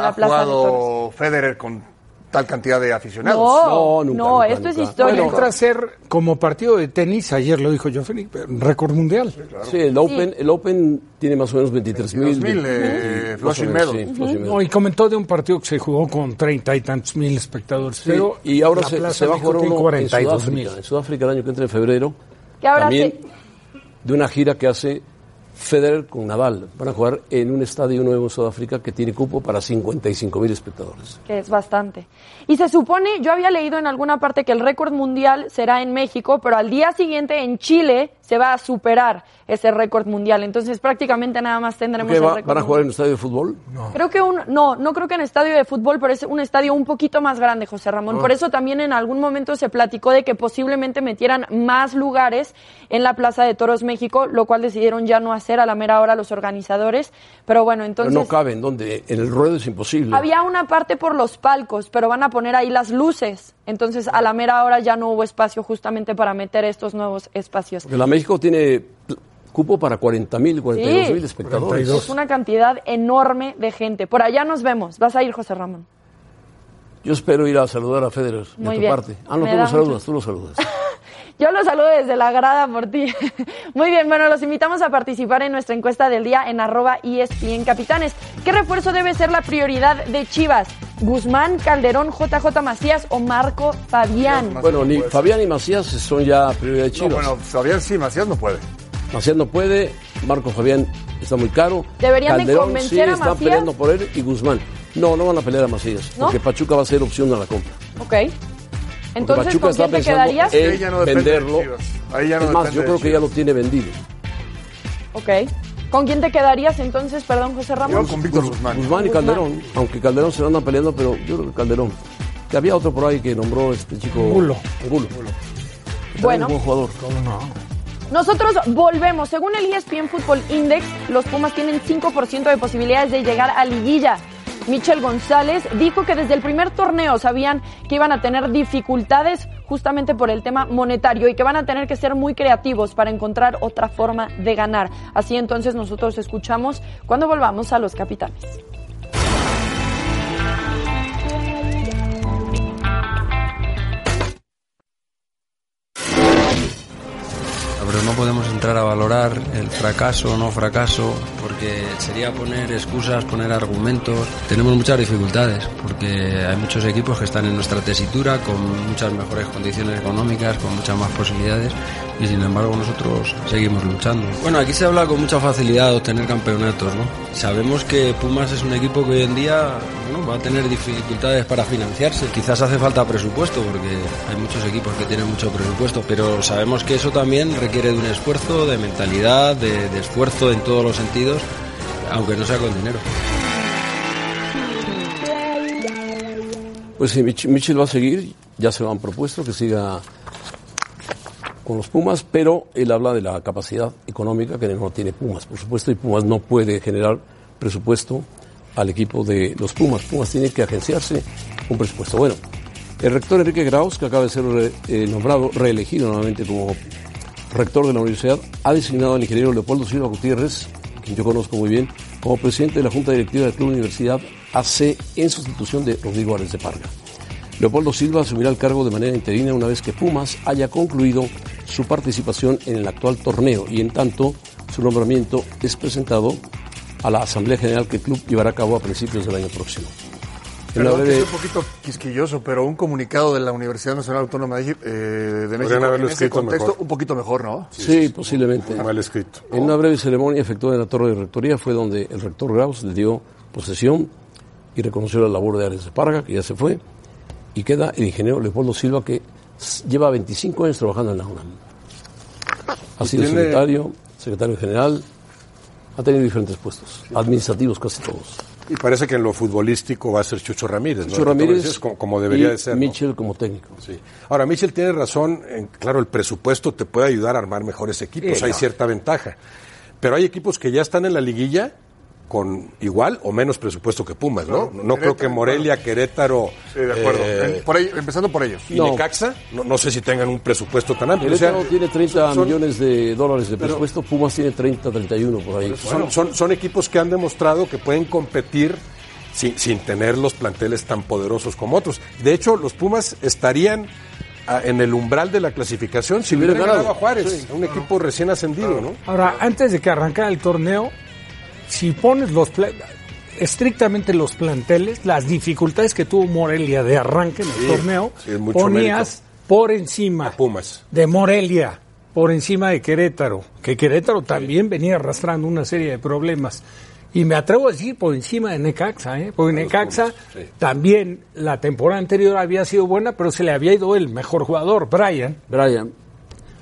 H: la
D: ha
H: Plaza de Toros.
D: jugado Federer con tal cantidad de aficionados.
H: No, No, nunca, no, nunca, esto es nunca. historia.
C: Bueno, tras ser como partido de tenis, ayer lo dijo John Félix, récord mundial.
B: Sí, el Open, el Open tiene más o menos 23 mil.
D: 22,000, eh, Flushing Meadows.
C: No, y comentó de un partido que se jugó con treinta y tantos mil espectadores. pero
B: y ahora
C: la
B: se,
C: plaza
B: se va a
C: dijo
B: jugar
C: que
B: uno en
C: 42 mil.
B: Sudáfrica, en Sudáfrica el año que entra en febrero.
H: Que ahora
B: también de una gira que hace Federer con Nadal. Van a jugar en un estadio nuevo en Sudáfrica que tiene cupo para 55 mil espectadores.
H: que es bastante. Y se supone, yo había leído en alguna parte que el récord mundial será en México, pero al día siguiente en Chile se va a superar ese récord mundial. Entonces prácticamente nada más tendremos
B: ¿Qué
H: el
B: va-
H: récord
B: ¿Van a
H: mundial.
B: jugar en un estadio de fútbol? No.
H: Creo que un, no, no creo que en estadio de fútbol, pero es un estadio un poquito más grande, José
B: Oh.
H: Ramón. Por eso también en algún momento se platicó de que posiblemente metieran más lugares en la Plaza de Toros México, lo cual decidieron ya no hacer a la mera hora los organizadores. Pero bueno,
B: Pero
H: entonces...
B: no caben, donde en el ruedo es imposible.
H: Había una parte por los palcos, pero van a poner ahí las luces. Entonces, a la mera hora ya no hubo espacio justamente para meter estos nuevos espacios.
B: Porque la México tiene pl- cupo para 40 mil, 42 mil
H: Sí.
B: espectadores.
H: Es una cantidad enorme de gente. Por allá nos vemos. Vas a ir, José Ramón.
B: Yo espero ir a saludar a Federer de
H: Muy
B: tu
H: bien.
B: parte. Ah, no,
H: Me da
B: tú lo
H: mucho-
B: saludas, tú lo saludas.
H: Yo los saludo desde la grada por ti. Muy bien, bueno, los invitamos a participar en nuestra encuesta del día en arroba ESPN Capitanes. ¿Qué refuerzo debe ser la prioridad de Chivas? ¿Guzmán, Calderón, JJ Macías o Marco Fabián?
B: bueno, ni
H: pues.
B: Fabián y Macías son ya prioridad de
D: No,
B: Chivas.
D: bueno, Fabián sí, Macías no puede.
B: Macías no puede, Marco Fabián está muy caro.
H: Deberían de
B: Calderón sí
H: convencer a
B: está
H: Macías.
B: peleando por él y Guzmán. No, no van a pelear a Macías,
H: ¿No?
B: porque Pachuca va a ser opción a la compra.
H: Ok. Entonces,
B: Pachuca
H: ¿con
B: está
H: quién te
B: pensando
H: quedarías?
B: en
D: Ahí ya no depende de
B: venderlo.
D: Chivas. Ahí ya no
B: es más,
D: depende
B: yo
D: de
B: creo que ya
D: Chivas.
B: lo tiene vendido.
H: Ok. ¿Con quién te quedarías entonces, perdón, José Ramón?
D: Yo con Víctor Guzmán.
B: Guzmán y
H: Guzmán.
B: Calderón, aunque Calderón se lo andan peleando, pero yo creo que Calderón. Que había otro por ahí que nombró este chico.
C: Angulo.
B: Angulo. Que también
H: Bueno.
B: es buen jugador.
H: Nosotros volvemos. Según el E ESPN Football Index, los Pumas tienen 5% de posibilidades de llegar a liguilla. Michel González dijo que desde el primer torneo sabían que iban a tener dificultades justamente por el tema monetario y que van a tener que ser muy creativos para encontrar otra forma de ganar. Así entonces nosotros escuchamos cuando volvamos a los capitanes.
I: Pero no podemos entrar a valorar el fracaso o no fracaso, porque sería poner excusas, poner argumentos. Tenemos muchas dificultades, porque hay muchos equipos que están en nuestra tesitura, con muchas mejores condiciones económicas, con muchas más posibilidades, y sin embargo nosotros seguimos luchando. Bueno, aquí se habla con mucha facilidad de obtener campeonatos, ¿no? Sabemos que Pumas es un equipo que hoy en día bueno, va a tener dificultades para financiarse. Quizás hace falta presupuesto, porque hay muchos equipos que tienen mucho presupuesto, pero sabemos que eso también requiere de un esfuerzo, de mentalidad, de, de esfuerzo en todos los sentidos, aunque no sea con dinero.
B: Pues sí, Mich- Mitchell va a seguir, ya se lo han propuesto que siga con los Pumas, pero él habla de la capacidad económica que no tiene Pumas, por supuesto, y Pumas no puede generar presupuesto al equipo de los Pumas. Pumas tiene que agenciarse un presupuesto. Bueno, el rector Enrique Graus, que acaba de ser re- eh, nombrado, reelegido nuevamente como rector de la universidad, ha designado al ingeniero Leopoldo Silva Gutiérrez, quien yo conozco muy bien, como presidente de la Junta Directiva del Club Universidad AC en sustitución de Rodrigo Ares de Parga. Leopoldo Silva asumirá el cargo de manera interina una vez que Pumas haya concluido su participación en el actual torneo y en tanto su nombramiento es presentado a la Asamblea General que el club llevará a cabo a principios del año próximo. En la
D: Perdón, que
B: breve-
D: es un poquito quisquilloso, pero un comunicado de la Universidad Nacional Autónoma de, Egip- eh, de México
E: haberlo
D: en ese
E: escrito
D: contexto
E: mejor.
D: un poquito mejor, ¿no?
B: sí, posiblemente.
E: Mal escrito.
B: En una breve ceremonia efectuada en la Torre de Rectoría fue donde el rector Graus le dio posesión y reconoció la labor de Ares de Parga, que ya se fue, y queda el ingeniero Leopoldo Silva, que s- lleva 25 años trabajando en la UNAM. Ha sido
E: tiene-
B: secretario, secretario general, ha tenido diferentes puestos, administrativos casi todos.
E: Y parece que en lo futbolístico va a ser Chucho Ramírez, ¿no?
B: Chucho
E: Lo que tú me
B: Ramírez
E: decías, como, como debería
B: y
E: de ser. ¿no?
B: Mitchell como técnico.
E: Sí. Ahora, Michel tiene razón, en- claro, el presupuesto te puede ayudar a armar mejores equipos, hay cierta ventaja. Pero hay equipos que ya están en la liguilla con igual o menos presupuesto que Pumas, ¿no?
D: Claro,
E: no creo que
D: Querétaro,
E: Morelia, Querétaro
D: Sí, de acuerdo.
E: eh,
D: Eh, por ahí, empezando por ellos.
E: y
B: No.
E: Necaxa, no, no sé si tengan un presupuesto tan amplio. O sea,
B: Querétaro tiene 30
E: son-
B: millones de dólares de presupuesto, Pumas tiene 30, 31 por ahí.
E: son, son- son equipos que han demostrado que pueden competir sin, sin tener los planteles tan poderosos como otros. De hecho, los Pumas estarían ah, en el umbral de la clasificación si hubiera ganado, a Juárez,
C: Sí.
E: a un equipo recién ascendido, ¿no?
C: Ahora, antes de que arrancara el torneo, si pones los pla- estrictamente los planteles, las dificultades que tuvo Morelia de arranque en el
E: Sí,
C: torneo,
E: sí, mucho
C: ponías por encima
E: Pumas.
C: de Morelia, por encima de Querétaro, que Querétaro también venía arrastrando una serie de problemas. Y me atrevo a decir por encima de Necaxa, ¿eh? porque Necaxa
E: Pumas, sí.
C: también la temporada anterior había sido buena, pero se le había ido el mejor jugador, Brian.
B: Brian,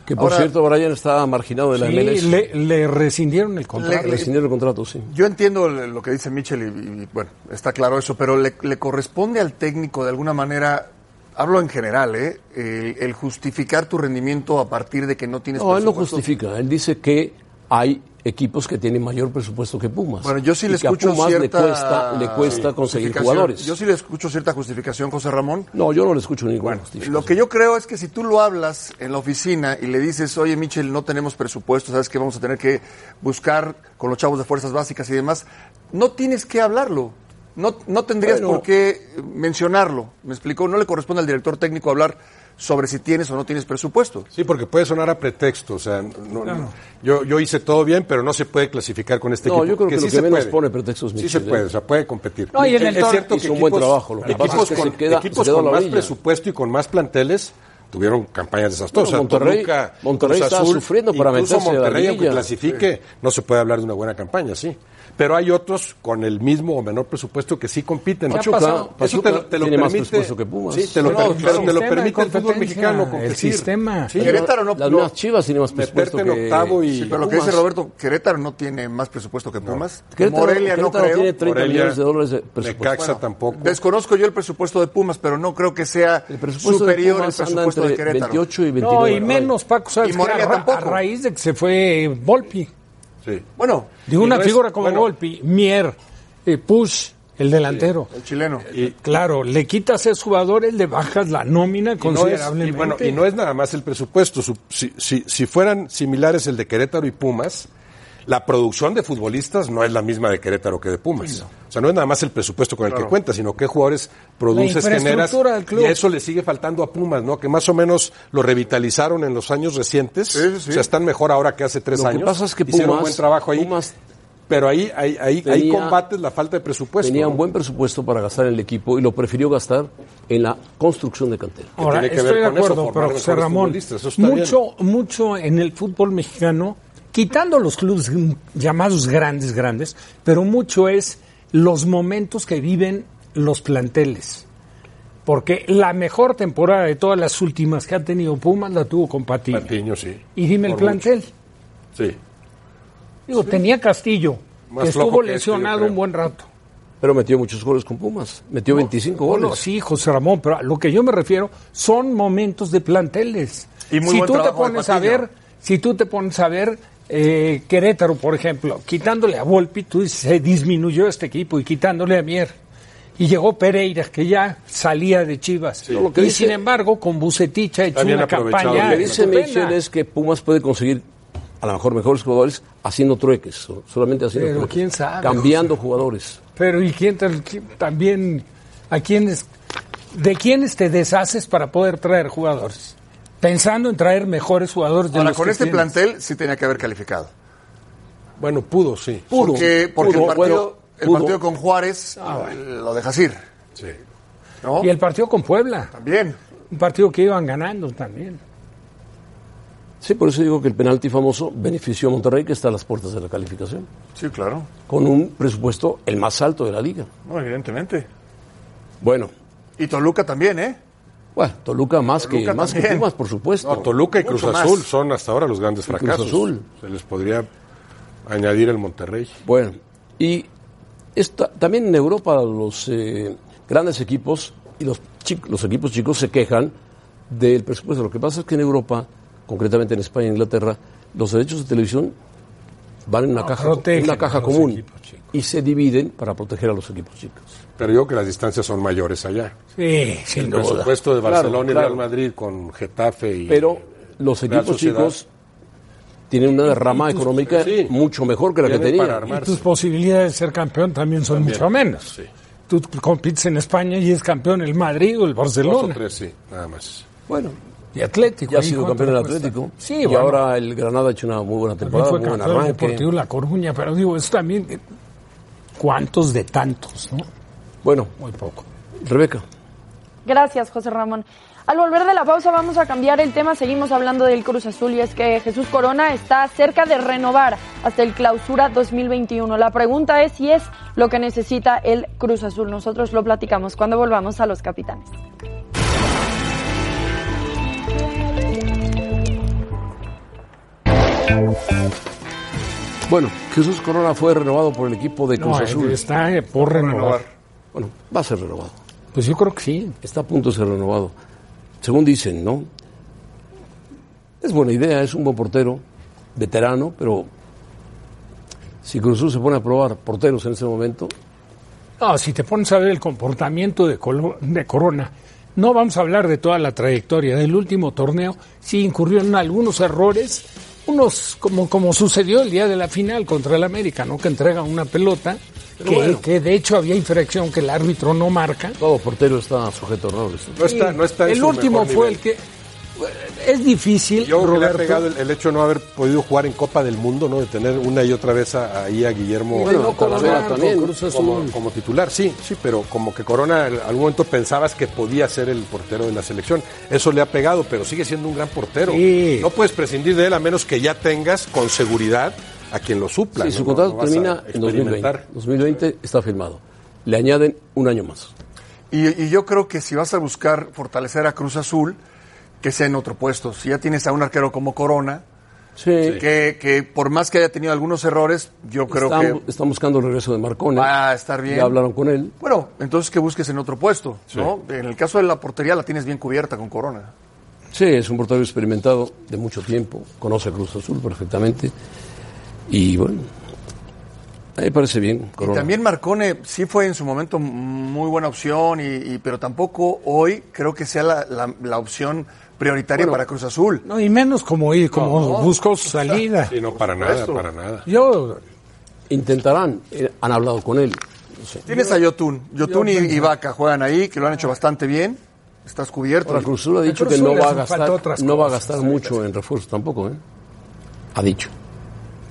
B: que por
D: Ahora-
B: cierto, Brian está marginado de la
C: Sí,
B: MLS.
C: le, le rescindieron el contrato.
B: Rescindieron el contrato, sí.
D: Yo entiendo el- lo que dice Mitchell y, y, bueno, está claro eso, pero le, le corresponde al técnico de alguna manera, hablo en general, ¿eh? el, el justificar tu rendimiento a partir de que no tienes
B: No, él no
D: presupuesto.
B: justifica. Él dice que hay equipos que tienen mayor presupuesto que Pumas.
D: Bueno, yo sí
B: Y
D: le
B: que a
D: escucho
B: Pumas
D: cierta
B: le cuesta, le cuesta conseguir
D: justificación.
B: jugadores.
D: Yo sí le escucho cierta justificación, José Ramón.
B: No, yo no le escucho ninguna justificación.
D: Lo que yo creo es que si tú lo hablas en la oficina y le dices, oye Michel, no tenemos presupuesto, sabes que vamos a tener que buscar con los chavos de fuerzas básicas y demás, no tienes que hablarlo. No, no tendrías
B: Bueno.
D: por qué mencionarlo. Me explicó, no le corresponde al director técnico hablar sobre si tienes o no tienes presupuesto.
E: Sí, porque puede sonar a pretexto. O sea, no- no- yo, yo hice todo bien, pero no se puede clasificar con este
B: No,
E: equipo.
B: yo creo que lo
E: sí
B: que
E: se
B: menos
E: puede.
B: pone pretextos,
E: Sí
B: Michel,
E: se
B: ¿eh?
E: puede, o sea, puede competir.
G: No, y en el
E: es
G: torneo
E: cierto que
B: hizo un buen trabajo, lo que pasa
E: equipos
B: es que
E: con,
B: se queda-
E: equipos
B: se queda
E: con
B: a la
E: más
B: orilla.
E: presupuesto y con más planteles tuvieron campañas desastrosas.
B: Bueno, Monterrey- Monterrey
E: Cruz
B: está sufriendo para
E: incluso
B: meterse a la
E: Monterrey, aunque
B: liguilla.
E: clasifique, no se puede hablar de una buena campaña, sí. Pero hay otros con el mismo o menor presupuesto que sí compiten.
B: ¿Qué ha Pachuca- pasado? Pachuca tiene más presupuesto que Pumas.
E: Sí, te lo,
B: No,
E: per-
B: el
E: pero te lo
C: sistema de
E: permite el fútbol
C: competencia,
E: mexicano
C: el
E: competir.
C: sistema.
E: Sí,
D: Querétaro no,
B: Las
D: no-
B: mismas Chivas tienen más presupuesto
E: meterte en
B: que...
E: octavo y
D: sí, pero lo que dice Roberto, Querétaro no tiene más presupuesto que Pumas.
B: Querétaro,
D: Morelia no
B: Querétaro
D: creo.
B: tiene 30
E: Morelia,
B: millones de dólares de presupuesto.
E: Necaxa tampoco.
D: Desconozco yo el presupuesto de Pumas, pero no creo que sea
B: el presupuesto
D: superior
B: de
D: al
B: Pumas anda
D: presupuesto de
B: entre
D: Querétaro.
B: 28 y 29.
C: No, y menos Paco, ¿sabes?
D: Y
C: qué?
D: Morelia
C: a, ra-
D: tampoco.
C: a raíz de que se fue Volpi,
E: Sí.
D: Bueno,
C: de una
E: Y no es-
C: figura como
E: bueno.
C: Volpi, Mier, eh, Push, el delantero.
D: el chileno.
C: Claro, le quitas a esos jugadores, le bajas la nómina
E: Y no es-
C: considerablemente.
E: y bueno, y no es nada más el presupuesto. Su- Si, si- si fueran similares el de Querétaro y Pumas, la producción de futbolistas no es la misma de Querétaro que de Pumas. O sea, no es nada más el presupuesto con el que cuenta, sino qué jugadores produces,
C: La
E: generas.
C: infraestructura del club.
E: Y a eso le sigue faltando a Pumas, ¿no? Que más o menos lo revitalizaron en los años recientes.
D: Sí, sí, sí.
E: O sea, están mejor ahora que hace tres
B: Lo que
E: años.
B: pasa es que
E: Hicieron
B: Pumas-
E: buen trabajo ahí.
B: Pumas
E: pero ahí, ahí, ahí, ahí
B: tenía-
E: combates la falta de presupuesto.
B: Tenía
E: ¿no?
B: un buen presupuesto para gastar en el equipo y lo prefirió gastar en la construcción de cantera.
E: que
C: Ahora,
E: tiene que
C: estoy
E: ver
C: de
E: con eso,
C: acuerdo,
E: formar
C: pero
E: mejores
C: José Ramón,
E: futbolistas, eso está
C: mucho, mucho en el fútbol mexicano, quitando los clubes mm, llamados grandes, grandes, pero mucho es los momentos que viven los planteles. Porque la mejor temporada de todas las últimas que ha tenido Pumas la tuvo con Patiño.
E: Patiño, sí.
C: Y dime el
E: Por mucho.
C: plantel.
E: Sí.
C: Digo, tenía Castillo,
E: Más
C: que
E: flojo
C: estuvo
E: que este,
C: lesionado
E: yo creo.
C: un buen rato.
B: Pero metió muchos goles con Pumas. Metió 25 goles.
C: Bueno, sí, José Ramón, pero a lo que yo me refiero son momentos de planteles.
D: Y muy
C: si
D: buen
C: tú te
D: trabajo de
C: pones a
D: Patiño.
C: ver, si tú te pones a ver eh, Querétaro, por ejemplo, quitándole a Volpi, tú dices, se disminuyó este equipo y quitándole a Mier. Y llegó Pereira, que ya salía de Chivas.
B: Lo que
C: Y
B: dice-
C: sin embargo, con Bucetich ha hecho
E: bien
C: una
E: aprovechado.
C: campaña.
B: Lo que dice
C: estupenda.
B: Michel es que Pumas puede conseguir a lo mejor mejores jugadores haciendo trueques, so- solamente haciendo
C: Pero
B: trueques.
C: quién sabe,
B: Cambiando jugadores.
C: Pero ¿y quién te- quién- también a quiénes de quiénes te deshaces para poder traer jugadores? Pensando en traer mejores jugadores de
D: Ahora,
C: los
D: con
C: que
D: este
C: tienes.
D: plantel sí tenía que haber calificado.
E: Bueno, pudo, sí.
B: Pudo,
D: porque porque
B: pudo,
D: el, partido,
B: bueno,
D: el
B: pudo.
D: partido con Juárez
C: Ah,
D: lo dejas ir.
E: Sí.
D: ¿no?
C: y el partido con Puebla,
D: También.
C: un partido que iban ganando también.
B: Sí, por eso digo que el penalti famoso benefició a Monterrey, que está a las puertas de la calificación,
D: Sí, claro.
B: con un presupuesto el más alto de la liga.
D: No, evidentemente.
B: Bueno,
D: Y Toluca también, ¿eh?
B: bueno Toluca más
D: Toluca
B: que más que
D: también.
B: Pumas, por supuesto.
E: No, Toluca y Cruz
D: Mucho más.
E: Azul son hasta ahora los grandes
B: Cruz
E: fracasos.
B: Azul.
E: Se les podría añadir el Monterrey.
B: Bueno, y esta- también en Europa los eh, grandes equipos y los, chi- los equipos chicos se quejan del presupuesto. Lo que pasa es que en Europa, concretamente en España e Inglaterra, los derechos de televisión van en una caja,
C: protegen
B: en una caja
C: a los
B: común
C: equipos chicos.
B: y se dividen para proteger a los equipos chicos.
E: Pero yo creo que las distancias son mayores allá.
C: Sí, sin
E: El
C: duda.
E: presupuesto de
B: Claro,
E: Barcelona y
B: claro.
E: Real Madrid con Getafe y.
B: Pero los
E: Real
B: equipos
E: Sociedad.
B: chicos tienen una derrama económica
E: sí.
B: mucho mejor que la que
E: Tienen para
B: tenían.
E: armar.
C: Tus posibilidades de ser campeón también son mucho menos.
E: Sí.
C: tú compites en España y es campeón el Madrid o el
E: Dos o
C: Barcelona.
E: tres, sí, nada más.
B: Bueno,
C: Y Atlético.
B: ya ha
C: ¿y
B: sido
C: cuánto
B: campeón en
C: le cuesta?
B: Atlético.
C: Sí,
B: y
C: bueno,
B: ahora el Granada ha hecho una muy buena
C: también
B: temporada,
C: fue
B: muy buen
C: campeón
B: arranque.
C: deportivo La Coruña, pero digo, es también eh, cuántos de tantos, ¿no?
B: Bueno,
C: Muy poco.
B: Rebeca,
H: Gracias, José Ramón. Al volver de la pausa vamos a cambiar el tema, seguimos hablando del Cruz Azul y es que Jesús Corona está cerca de renovar hasta el clausura 2021. La pregunta es si es lo que necesita el Cruz Azul. Nosotros lo platicamos cuando volvamos a los capitanes.
J: 嗯
B: bueno, Jesús Corona fue renovado por el equipo de Cruz
C: No,
B: Azul.
C: está eh, por renovar.
B: Bueno, va a ser renovado.
C: Pues yo creo que sí.
B: Está a punto de ser renovado. Según dicen, ¿no? Es buena idea, es un buen portero, veterano, pero si Cruz Azul se pone a probar porteros en ese momento,
C: No, si te pones a ver el comportamiento de, Colo- de Corona, no vamos a hablar de toda la trayectoria del último torneo, sí incurrió en algunos errores, unos como, como sucedió el día de la final contra el América, ¿no? que entrega una pelota, que,
B: bueno.
C: que de hecho había infracción que el árbitro no marca.
B: todo portero está sujeto a errores.
E: No está, no está en
C: el
E: su
C: último
E: mejor
C: fue
E: nivel.
C: el que... Es difícil,
E: Yo creo que le ha
C: Roberto,
E: pegado el, el hecho de no haber podido jugar en Copa del Mundo, ¿no? De tener una y otra vez a- ahí a Guillermo
B: Y de no
E: Bueno,
B: colaborar
E: Talavera
B: con Cruz Azul.
E: como, como titular, sí, sí, pero como que Corona en algún momento pensabas que podía ser el portero de la selección. Eso le ha pegado, pero sigue siendo un gran portero.
C: Sí.
E: No puedes prescindir de él a menos que ya tengas con seguridad a quien lo supla.
B: Sí,
E: ¿no?
B: su
E: No-
B: contrato
E: no vas a
B: termina en 2020.
E: experimentar.
B: 2020 está firmado. Le añaden un año más.
D: Y, y yo creo que si vas a buscar fortalecer a Cruz Azul, que sea en otro puesto. Si ya tienes a un arquero como Corona,
B: Sí.
D: que, que por más que haya tenido algunos errores, yo creo
B: Están,
D: que
B: están buscando el regreso de Marcone.
D: va a estar bien.
B: Ya hablaron con él.
D: Bueno, entonces que busques en otro puesto, ¿no? En el caso de la portería la tienes bien cubierta con Corona.
B: Sí, es un portero experimentado de mucho tiempo. Conoce a Cruz Azul perfectamente. Y bueno, a mí me parece bien. Corona.
D: Y también Marcone sí fue en su momento muy buena opción, y, y- pero tampoco hoy creo que sea la, la- la opción prioritaria para Cruz Azul.
C: no, y menos como, ir- como buscó su salida.
E: Sí, no, para nada, para nada.
C: Yo
B: Intentarán, eh, han hablado con él. No sé.
D: Tienes a Yotun. Yotun y, y Vaca juegan ahí, que lo han hecho bastante bien. Estás cubierto.
B: Ahora, Cruz Azul ha
C: El
B: dicho
C: Cruz
B: que no
C: Azul
B: va a
C: hace falta
B: gastar,
C: otras
B: no va a
C: cosas,
B: gastar mucho en refuerzos tampoco. ¿eh? Ha dicho.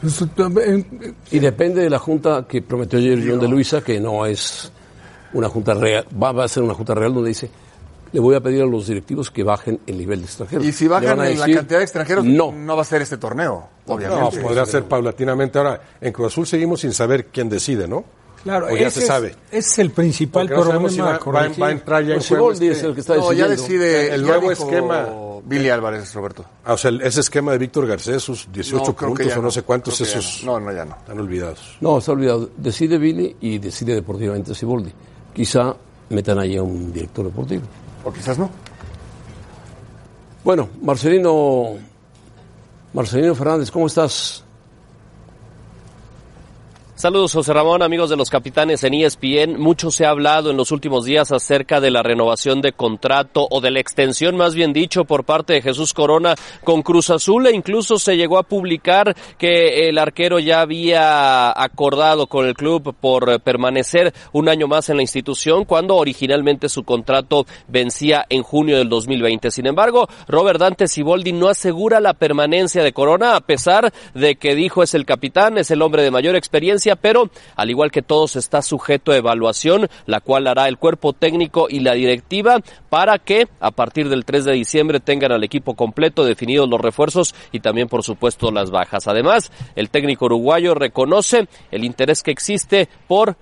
C: Pues, eh,
B: Y depende de la junta que prometió ayer John de Luisa, que no es una junta real, va, va a ser una junta real donde dice, le voy a pedir a los directivos que bajen el nivel de extranjeros.
D: Y si
B: Le
D: bajan
B: van a
D: en la
B: decir,
D: cantidad de extranjeros,
B: No.
D: va a ser este torneo,
E: No,
D: obviamente.
E: podrá ser paulatinamente. Ahora, en Cruz Azul seguimos sin saber quién decide, ¿no?
C: Claro,
E: O ya
C: ese
E: se sabe.
C: Es, ese es el principal
E: Porque no
C: problema.
E: sabemos si va,
C: a
E: va-
C: corregir.
E: va a entrar ya
B: Pues
E: en juego
B: Siboldi
E: este-
B: es el que está
D: No, ya
B: decidiendo.
D: decide
E: El
D: ya
E: nuevo
D: dijo
E: esquema.
D: Eh, Billy Álvarez, Roberto.
E: Ah, o sea, el- ese esquema de Víctor Garcés, sus 18
D: No, creo que
E: puntos
D: ya
E: o no sé cuántos,
D: creo que ya
E: esos
D: No, no, no, ya no.
E: están olvidados.
B: No, está olvidado. Decide Billy y decide deportivamente Siboldi. Quizá metan ahí a un director deportivo.
D: O quizás no.
B: Bueno, Marcelino, Marcelino Fernández, ¿cómo estás?
K: Saludos José Ramón, amigos de los capitanes en E ESPN. Mucho se ha hablado en los últimos días acerca de la renovación de contrato o de la extensión, más bien dicho, por parte de Jesús Corona con Cruz Azul e incluso se llegó a publicar que el arquero ya había acordado con el club por eh, permanecer un año más en la institución cuando originalmente su contrato vencía en junio del 2020. Sin embargo, Robert Dante Siboldi no asegura la permanencia de Corona a pesar de que dijo es el capitán, es el hombre de mayor experiencia, pero al igual que todos está sujeto a evaluación, la cual hará el cuerpo técnico y la directiva para que a partir del 3 de diciembre tengan al equipo completo definidos los refuerzos y también por supuesto las bajas. Además, el técnico uruguayo reconoce el interés que existe por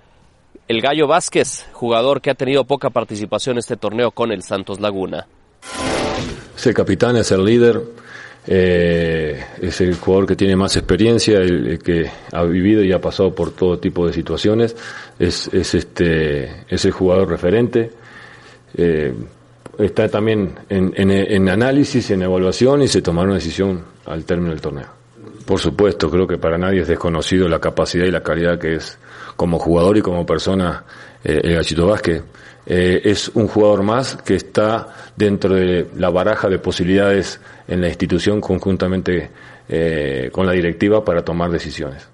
K: el Gallo Vázquez, jugador que ha tenido poca participación este torneo con el Santos Laguna.
L: Es el capitán, es el líder, eh, es el jugador que tiene más experiencia, el, el que ha vivido y ha pasado por todo tipo de situaciones, es, es este, es el jugador referente. Eh, está también en, en- en análisis, en evaluación y se tomará una decisión al término del torneo. Por supuesto, creo que para nadie es desconocido la capacidad y la calidad que es como jugador y como persona eh, el Gachito Vázquez. Eh, es un jugador más que está dentro de la baraja de posibilidades en la institución conjuntamente eh, con la directiva para tomar decisiones.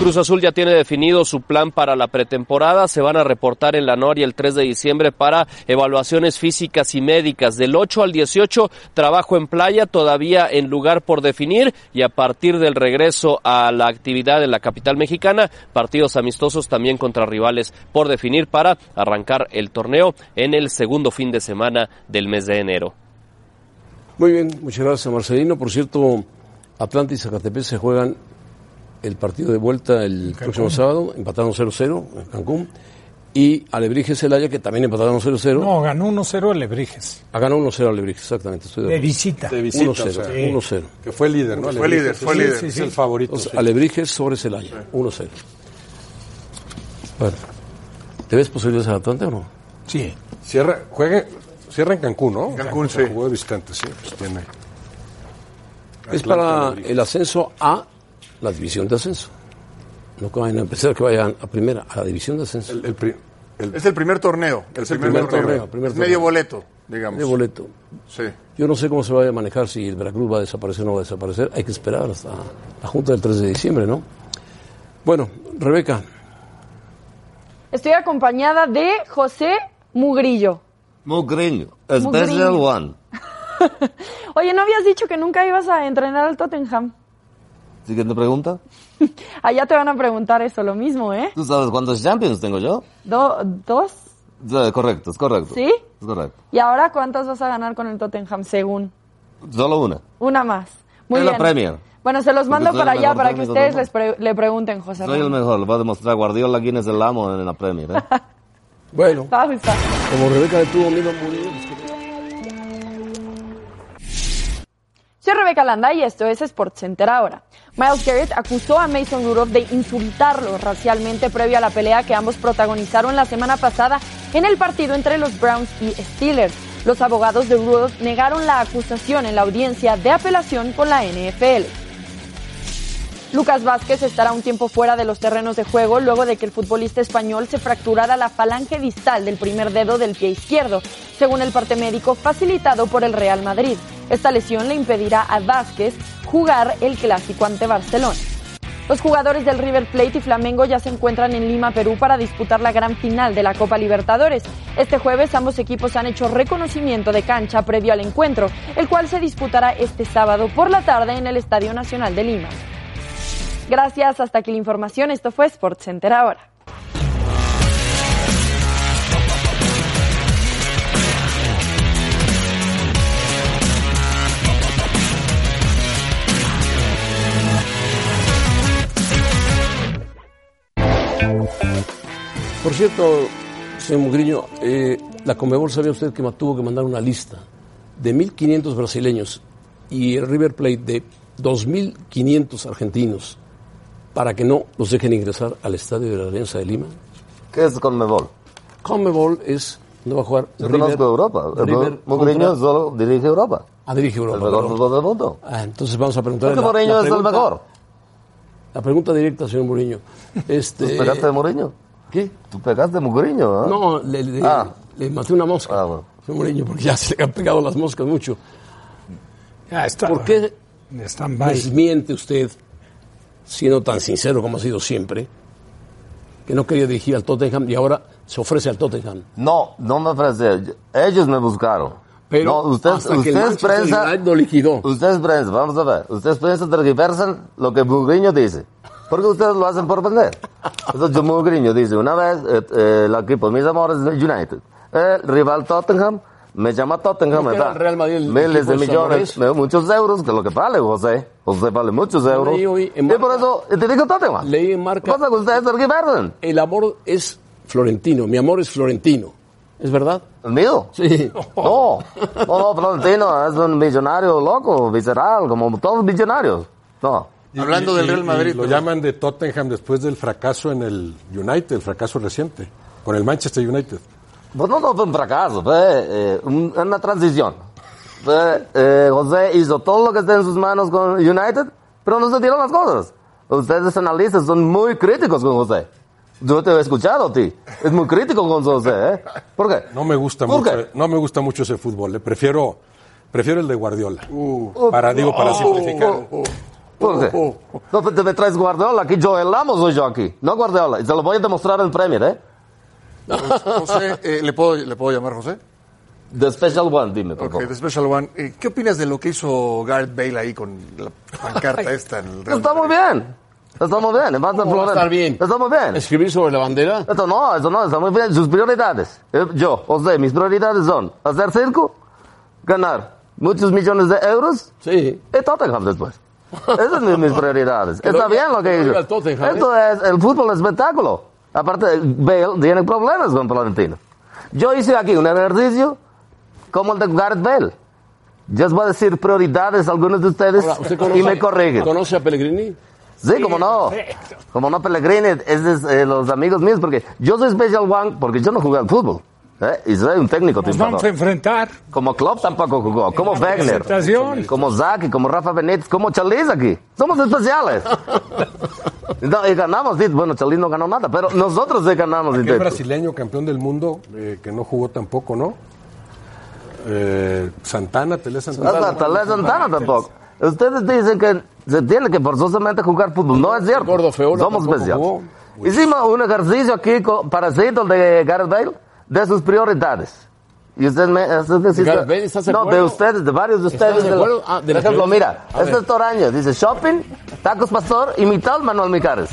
K: Cruz Azul ya tiene definido su plan para la pretemporada. Se van a reportar en la NORI el 3 de diciembre para evaluaciones físicas y médicas. Del 8 al 18, trabajo en playa, todavía en lugar por definir. Y a partir del regreso a la actividad en la capital mexicana, partidos amistosos también contra rivales por definir para arrancar el torneo en el segundo fin de semana del mes de enero.
B: Muy bien, muchas gracias Marcelino. Por cierto, Atlanta y Zacatepec se juegan el partido de vuelta el próximo sábado, empataron 0-0 en Cancún. Y Alebrijes Celaya, que también empataron 0-0.
C: No, ganó 1-0 el Lebrijes.
B: Ah, ganó 1-0 Alebrijes, exactamente. Estoy
C: De
B: acuerdo.
C: visita. De visita,
B: 1-0.
C: o sea,
B: 1-0.
E: Que fue líder, ¿no?
B: Fue
E: Alebrijes.
B: líder, fue
E: Sí,
B: líder.
E: sí, sí, el favorito.
B: Entonces,
E: sí.
B: Alebrijes sobre Celaya, 1-0. Bueno, ¿te ves posibilidades a Atlante o no?
C: Sí.
E: Cierra, juegue, cierra en Cancún, ¿no?
B: Cancún,
E: Se
B: sí.
E: Jugó de visitante, sí. Pues tiene.
B: Es
E: Atlante,
B: para
E: Alebrijes.
B: el ascenso a la división de ascenso. No que vayan a empezar que vayan a primera, a la división de ascenso.
D: Es el primer torneo. El
B: Es el
D: primer,
B: primer
D: torneo.
B: torneo, primer
D: Es medio
B: torneo.
D: boleto, digamos.
B: De boleto.
D: Sí.
B: Yo no sé cómo se va a manejar, si el Veracruz va a desaparecer o no va a desaparecer. Hay que esperar hasta la Junta del 3 de diciembre, ¿no? Bueno, Rebeca,
H: Estoy acompañada de José Mugrillo.
M: Mugrillo, special
H: Mugrillo.
M: one.
H: Oye, ¿no habías dicho que nunca ibas a entrenar al Tottenham?
M: Siguiente pregunta.
H: Allá te van a preguntar eso, lo mismo, ¿eh?
M: ¿Tú sabes cuántos champions tengo yo?
H: Do- ¿Dos?
M: Sí, correcto, es correcto.
H: ¿Sí?
M: Es correcto.
H: ¿Y ahora cuántas vas a ganar con el Tottenham, según?
M: Solo una.
H: Una más. Muy
M: es
H: bien.
M: la Premier.
H: Bueno, se los
M: Porque
H: mando
M: soy
H: para
M: el
H: allá
M: Pues mejor
H: para que
M: técnico
H: ustedes
M: del
H: les pre- le pregunten, José
M: Soy el
H: Ramón.
M: mejor, lo va a demostrar Guardiola quién es el amo en la Premier. ¿eh?
B: bueno,
H: Va a gustar.
B: como Rebeca detuvo a Milo Murillo, pues, ¿qué?
H: Soy Rebeca Landa y esto es Sports Center ahora. Miles Garrett acusó a Mason Rudolph de insultarlo racialmente previo a la pelea que ambos protagonizaron la semana pasada en el partido entre los Browns y Steelers. Los abogados de Rudolph negaron la acusación en la audiencia de apelación con la NFL. Lucas Vázquez estará un tiempo fuera de los terrenos de juego luego de que el futbolista español se fracturara la falange distal del primer dedo del pie izquierdo, según el parte médico facilitado por el Real Madrid. Esta lesión le impedirá a Vázquez jugar el clásico ante Barcelona. Los jugadores del River Plate y Flamengo ya se encuentran en Lima, Perú, para disputar la gran final de la Copa Libertadores. Este jueves ambos equipos han hecho reconocimiento de cancha previo al encuentro, el cual se disputará este sábado por la tarde en el Estadio Nacional de Lima. Gracias, hasta aquí la información. Esto fue Sports Center ahora.
B: Por cierto, señor Mugriño, eh, la Comebol sabía usted que ma- tuvo que mandar una lista de 1.500 brasileños y el River Plate de 2.500 argentinos para que no los dejen ingresar al estadio de la Alianza de Lima.
M: ¿Qué es Conmebol?
B: Conmebol es donde va a jugar
M: Yo
B: River.
M: conozco Europa. El
B: River
M: Mugriño
B: contra-
M: solo dirige Europa.
B: Ah, dirige Europa.
M: El mejor
B: perdón.
M: fútbol del mundo.
B: Ah, entonces vamos a preguntar.
M: Porque Mourinho es el mejor.
B: La pregunta directa, señor Mourinho. Este,
M: ¿Tú pegaste de Mourinho?
B: ¿Qué?
M: ¿Tú pegaste de Mourinho? ¿eh?
B: No, le, le-
M: Ah.
B: le maté una mosca, señor Mourinho, porque ya se le han pegado las moscas mucho. ¿Por qué desmiente usted, siendo tan sincero como ha sido siempre, que no quería dirigir al Tottenham y ahora se ofrece al Tottenham?
M: No, no me ofrece. Ellos me buscaron.
B: Pero
M: no, usted,
B: hasta que
M: usted
B: el
M: es
B: Manchester
M: prensa.
B: United lo liquidó.
M: Usted es prensa, vamos a ver. Usted es prensa, tergiversan lo que Mugriño dice. Porque ustedes lo hacen por vender. Entonces, yo, Mugriño dice: Una vez, eh, eh, el equipo, mis amores, del United. El rival Tottenham, me llama Tottenham,
B: Creo que
M: me da
B: era el Real Madrid, el
M: miles
B: equipo
M: de
B: de San
M: millones, me da muchos euros, que es lo que vale José. José vale muchos euros.
B: leí hoy
M: Y
B: en
M: por eso, eh, te digo Tottenham.
B: Leí en marca.
M: Pasa que ustedes tergiversan.
B: El amor es florentino, mi amor es florentino. ¿Es verdad?
M: ¿El mío?
B: Sí.
M: No, no, no, Florentino es un millonario loco, visceral, como todos los millonarios. No.
E: Y-
D: Hablando
E: y-
D: del Real
E: y- y
D: Madrid,
E: Lo
D: perdón.
E: llaman de Tottenham después del fracaso en el United, el fracaso reciente, con el Manchester United.
M: Pues no, no fue un fracaso, fue eh, un- una transición. Fue, eh, José hizo todo lo que está en sus manos con United, pero no se dieron las cosas. Ustedes analistas son muy críticos con José. Yo te he escuchado a ti. Es muy crítico con José, ¿eh? ¿Por qué?
E: No me gusta
M: ¿Por
E: mucho,
M: qué?
E: no me gusta mucho ese eh.
D: Uh.
B: Oh,
E: fútbol. Le prefiero, prefiero el de Guardiola. para digo para simplificar.
M: ¿Por qué? No te me traes Guardiola aquí, yo el amo soy yo aquí, no Guardiola. Y te lo voy a demostrar en Premier, ¿eh?
D: José, eh, ¿le, puedo, ¿le puedo llamar José?
M: The Special One, dime, por
D: Ok,
M: favor.
D: The Special One. Eh, ¿Qué opinas de lo que hizo Gareth Bale ahí con la pancarta esta en el Real
M: Está muy bien. Está muy bien. Vas a
D: va a estar
M: bien? Está muy bien.
B: ¿Escribir sobre la bandera?
M: Esto no, eso no, está muy bien. Sus prioridades. Eh, Yo, o sea, mis prioridades son hacer circo, ganar muchos millones de euros
B: sí.
M: y Tottenham después. Esas son mis prioridades.
B: Que lo
M: Está
B: diga-
M: bien lo
B: que
M: que
B: lo
M: hizo.
B: diga el Tottenham, ¿eh?
M: Esto es el fútbol espectáculo. Aparte, Bale tiene problemas con Florentino. Yo hice aquí un ejercicio como el de Gareth Bale. Yo os voy a decir prioridades a algunos de ustedes
B: Ahora, ¿usted
M: y me corrigen.
B: ¿Conoce a Pellegrini?
M: Sí, como no. Como no Pellegrini, es de eh, los amigos míos, porque yo soy Special One porque yo no jugué al fútbol. ¿eh? Y soy un técnico
C: Nos vamos a
M: triunfador.
C: enfrentar.
M: Como Klopp tampoco jugó, como
C: Pues En la
M: Wegner,
C: presentación.
M: como Zaki, como Rafa Benítez, como Chaliz aquí. Somos especiales. No, y ganamos, sí, bueno, Chaliz no ganó nada, pero nosotros sí ganamos. sí,
E: El
M: sí.
E: brasileño campeón del mundo eh, que no jugó tampoco, ¿no? Eh, Santana, Tele Santana.
M: Hasta Tele Santana tampoco. Ustedes dicen que se tiene que forzosamente jugar fútbol. No es cierto. Somos
E: tampoco
M: especiales.
E: jugó.
M: Hicimos un ejercicio aquí con- para Seattle de Gareth Bale de sus prioridades. Y ustedes me. ustedes dicen-
B: Gareth Bale, ¿estás de
M: no,
B: acuerdo?
M: de ustedes, de varios de
B: ¿Estás
M: ustedes.
B: de
M: de los-
B: acuerdo? Ah, de
M: por
B: las
M: ejemplo,
B: prioridades.
M: mira,
B: A
M: este
B: ver.
M: es Toraño. Dice shopping, tacos pastor y mi tal Manuel Micares.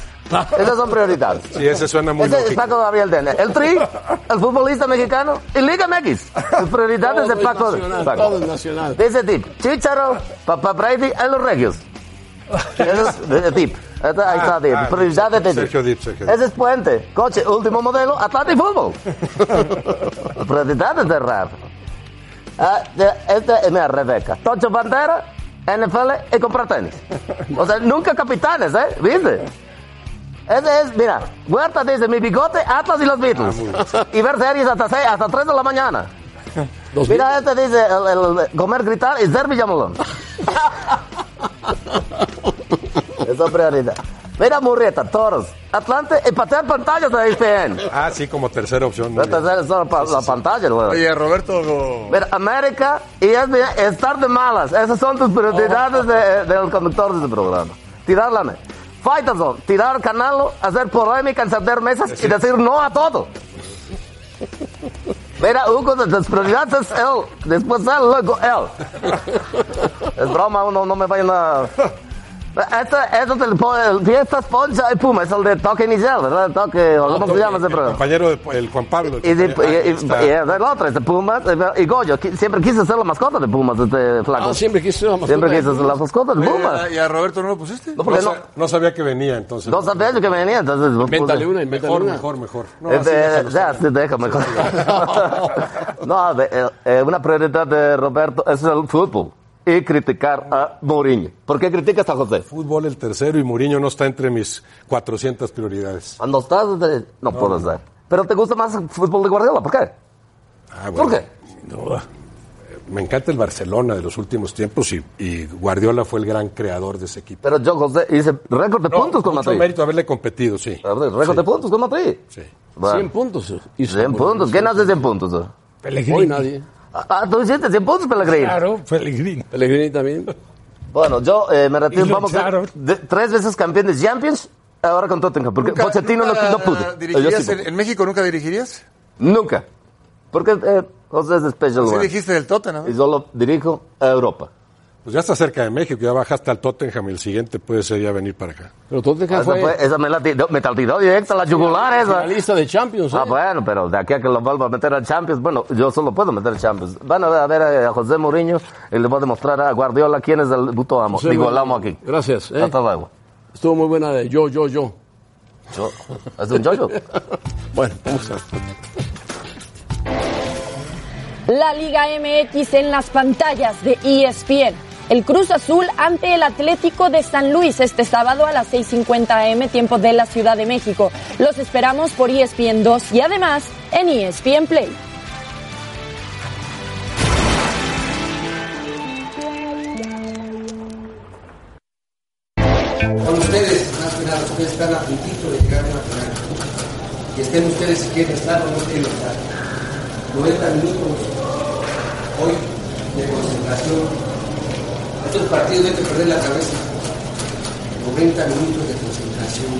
M: Esas son prioridades.
E: Sí, ese suena muy
M: Ese es
E: lógico.
M: Paco Gabriel Dene. El tri, el futbolista mexicano y Liga MX. Sus prioridades de
B: Todo es
M: Paco.
B: nacional,
M: Paco.
B: todo es nacional.
M: Dice tip, Chicharo, Papá Brady en los regios. Ese es eh, tip. Ahí está- ahí está
E: Ah,
M: Dip.
E: ah,
M: Prioridades de Dip.
E: Sergio Dip, Sergio Dip.
M: Ese es Puente, coche, último modelo, Atlanta y fútbol. prioridades de rap. Ah, de- este es mira, Rebeca. Tocho Bandera, NFL y comprar tenis. O sea, nunca capitanes, ¿eh? ¿Viste? Ese es, mira, Huerta dice mi bigote, Atlas y los Beatles. y ver series hasta, seis, hasta 3 de la mañana.
B: Los
M: Mira, este dice el, el comer, gritar y ser Villamelón. Esa es prioridad. Mira, Murrieta, Toros, Atlante y patear pantallas de E ESPN.
E: Ah, sí, como tercera opción. muy
M: La tercera es solo pa- la pantalla, güey.
D: Oye, Roberto.
M: Mira, América y E ESPN, estar de malas. Esas son tus prioridades de- del conductor de este programa. Tirar la mesa. Fighterson, tirar canalo, hacer polémica, encender mesas y decir no a todo. Mira, Hugo, de las prioridades es él, después él, luego él. Es broma, uno no me vayan a... Este, este es el, po- el Fiestas, Poncha y Puma, es el de toque inicial, ¿verdad? El toque, o ¿cómo se llama ese
E: bien. El
M: programa?
E: compañero de el Juan Pablo.
M: Y, de,
E: Ah,
M: y, y-
E: está.
M: y es el otro, es de Pumas. eh, Y Goyo, qui- siempre quise ser la mascota de Pumas, este flaco.
B: Ah, siempre quise la mascota
M: Siempre
B: de
M: quise ser la mascota de Pumas.
D: ¿Y a Roberto no lo pusiste?
M: No,
E: No,
M: porque no,
E: sa- no sabía que venía, entonces.
M: no sabía yo que venía, entonces... pues, lo puse.
B: Invéntale una, invéntale
E: Mejor,
B: una.
E: mejor, mejor. No, así
M: Este,
E: ya se los-
M: ya, sí, déjame. no, de- eh, eh, una prioridad de Roberto es el fútbol y criticar a Mourinho. ¿Por qué criticas a José?
E: Fútbol el tercero y Mourinho no está entre mis 400 prioridades.
M: Cuando estás... de- Ah, no, puedo ser. Pero te gusta más el fútbol de Guardiola, ¿por qué?
E: Ah,
M: ¿Por qué?
E: sin duda. Me encanta el Barcelona de los últimos tiempos y, y Guardiola fue el gran creador de ese equipo.
M: Pero yo, José, hice récord de puntos con
E: Mucho
M: Madrid.
E: mérito haberle competido, sí.
M: Récord de puntos con Madrid.
E: Sí.
M: Bueno.
B: 100 puntos. Y
M: 100 puntos. ¿Quién hace 100 puntos? eh?
C: Pellegrini.
B: Hoy nadie.
M: Ah, tú hiciste 100 puntos, Pellegrini.
C: Claro, Pellegrini.
B: Pellegrini también.
M: Bueno, yo eh, me retiro.
C: Y
M: Vamos a-
C: lucharon.
M: de- tres veces campeón de Champions, ahora con Tottenham. Porque
D: ¿Nunca-
M: Pochettino no-
D: nunca
M: no, pude. Yo
D: dirigirías
M: sí
D: en,
M: pude.
D: en México nunca dirigirías?
M: Nunca. Porque eh, José es especial,
D: Sí
M: güey.
D: dijiste del Tottenham.
M: Y yo lo dirijo a Europa.
E: Pues ya está cerca de México, ya bajaste al Tottenham y el siguiente puede ser ya venir para acá.
B: Pero Tottenham
M: Ah, Esa,
B: fue,
M: fue- esa me la tiró, me la tiró directa a la yugular esa.
B: finalista de Champions. ¿eh?
M: ¿eh? Ah, bueno, pero de aquí a que lo vuelva a meter a Champions, bueno, yo solo puedo meter a Champions. Van a ver a, ver eh, a José Mourinho y le voy a demostrar a Guardiola quién es el puto amo.
B: José
M: Digo, el amo
B: Mourinho.
M: aquí.
B: Gracias, ¿eh?
M: Hasta luego.
B: Estuvo muy buena de yo, yo, yo.
M: Yo- es un yoyo.
B: Bueno, vamos a
N: La Liga MX en las pantallas de E ESPN. El Cruz Azul ante el Atlético de San Luis este sábado a las 6.50 am tiempo de la Ciudad de México. Los esperamos por E ESPN 2 y además en E ESPN Play.
J: Con ustedes, más que nada, ustedes están a puntito de llegar a una final. Y estén ustedes si quieren estar o no quieren estar. 90 minutos hoy de concentración. Estos partidos no hay que perder la cabeza. 90 minutos de concentración.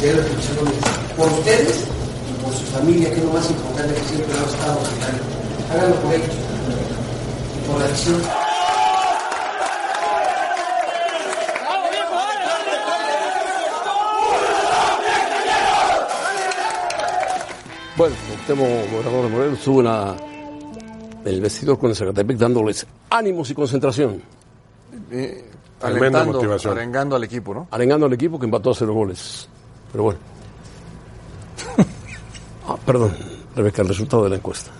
J: Cero fricciones. Por ustedes y por su familia, que es lo más importante que siempre hemos estado cuidando. Háganlo por ellos. Y por la acción.
B: Bueno, Temo Obrador de Morelos tuvo una, el vestidor con el Zacatepec dándoles ánimos y concentración.
D: Eh,
B: Tremenda
D: alentando,
B: motivación.
D: arengando al equipo, ¿no?
B: arengando al equipo que empató a cero goles. Pero bueno. Ah, perdón, Rebeca, el resultado de la encuesta.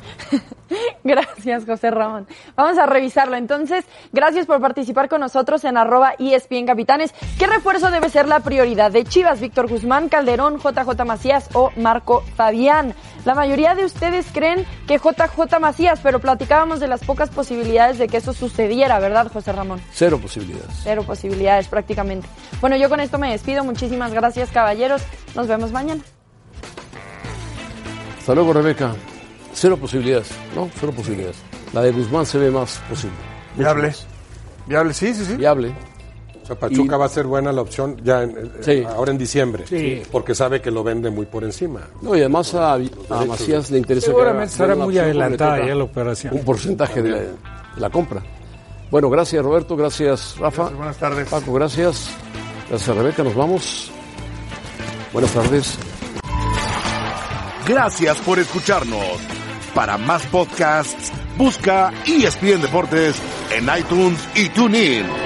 H: Gracias, José Ramón. Vamos a revisarlo. Entonces, gracias por participar con nosotros en arroba E ESPN Capitanes. ¿Qué refuerzo debe ser la prioridad de Chivas? Víctor Guzmán, Calderón, JJ Macías o Marco Fabián. La mayoría de ustedes creen que JJ Macías, pero platicábamos de las pocas posibilidades de que eso sucediera, ¿verdad, José Ramón?
B: Cero posibilidades.
H: Cero posibilidades prácticamente. Bueno, yo con esto me despido. Muchísimas gracias, caballeros. Nos vemos mañana.
B: Hasta luego, Rebeca. Cero posibilidades, ¿no? Cero posibilidades. La de Guzmán se ve más posible.
D: Viable. Viable, sí, sí, sí.
B: Viable.
E: O sea, Pachuca va a ser buena la opción ya en- eh, ahora en diciembre,
B: Sí.
E: porque sabe que lo vende muy por encima.
B: No, y además a, a Macías le interesa. que
C: Seguramente
B: haga
C: estará
B: una
C: muy
B: opción porque le
C: adelantada
B: toca
C: ya la operación.
B: Un porcentaje de la, de la compra. Bueno, gracias Roberto, gracias Rafa. buenas tardes. Paco, gracias. Gracias Rebeca, nos vamos. Buenas tardes.
A: Gracias por escucharnos. Para más podcasts, busca ESPN Deportes en iTunes y TuneIn.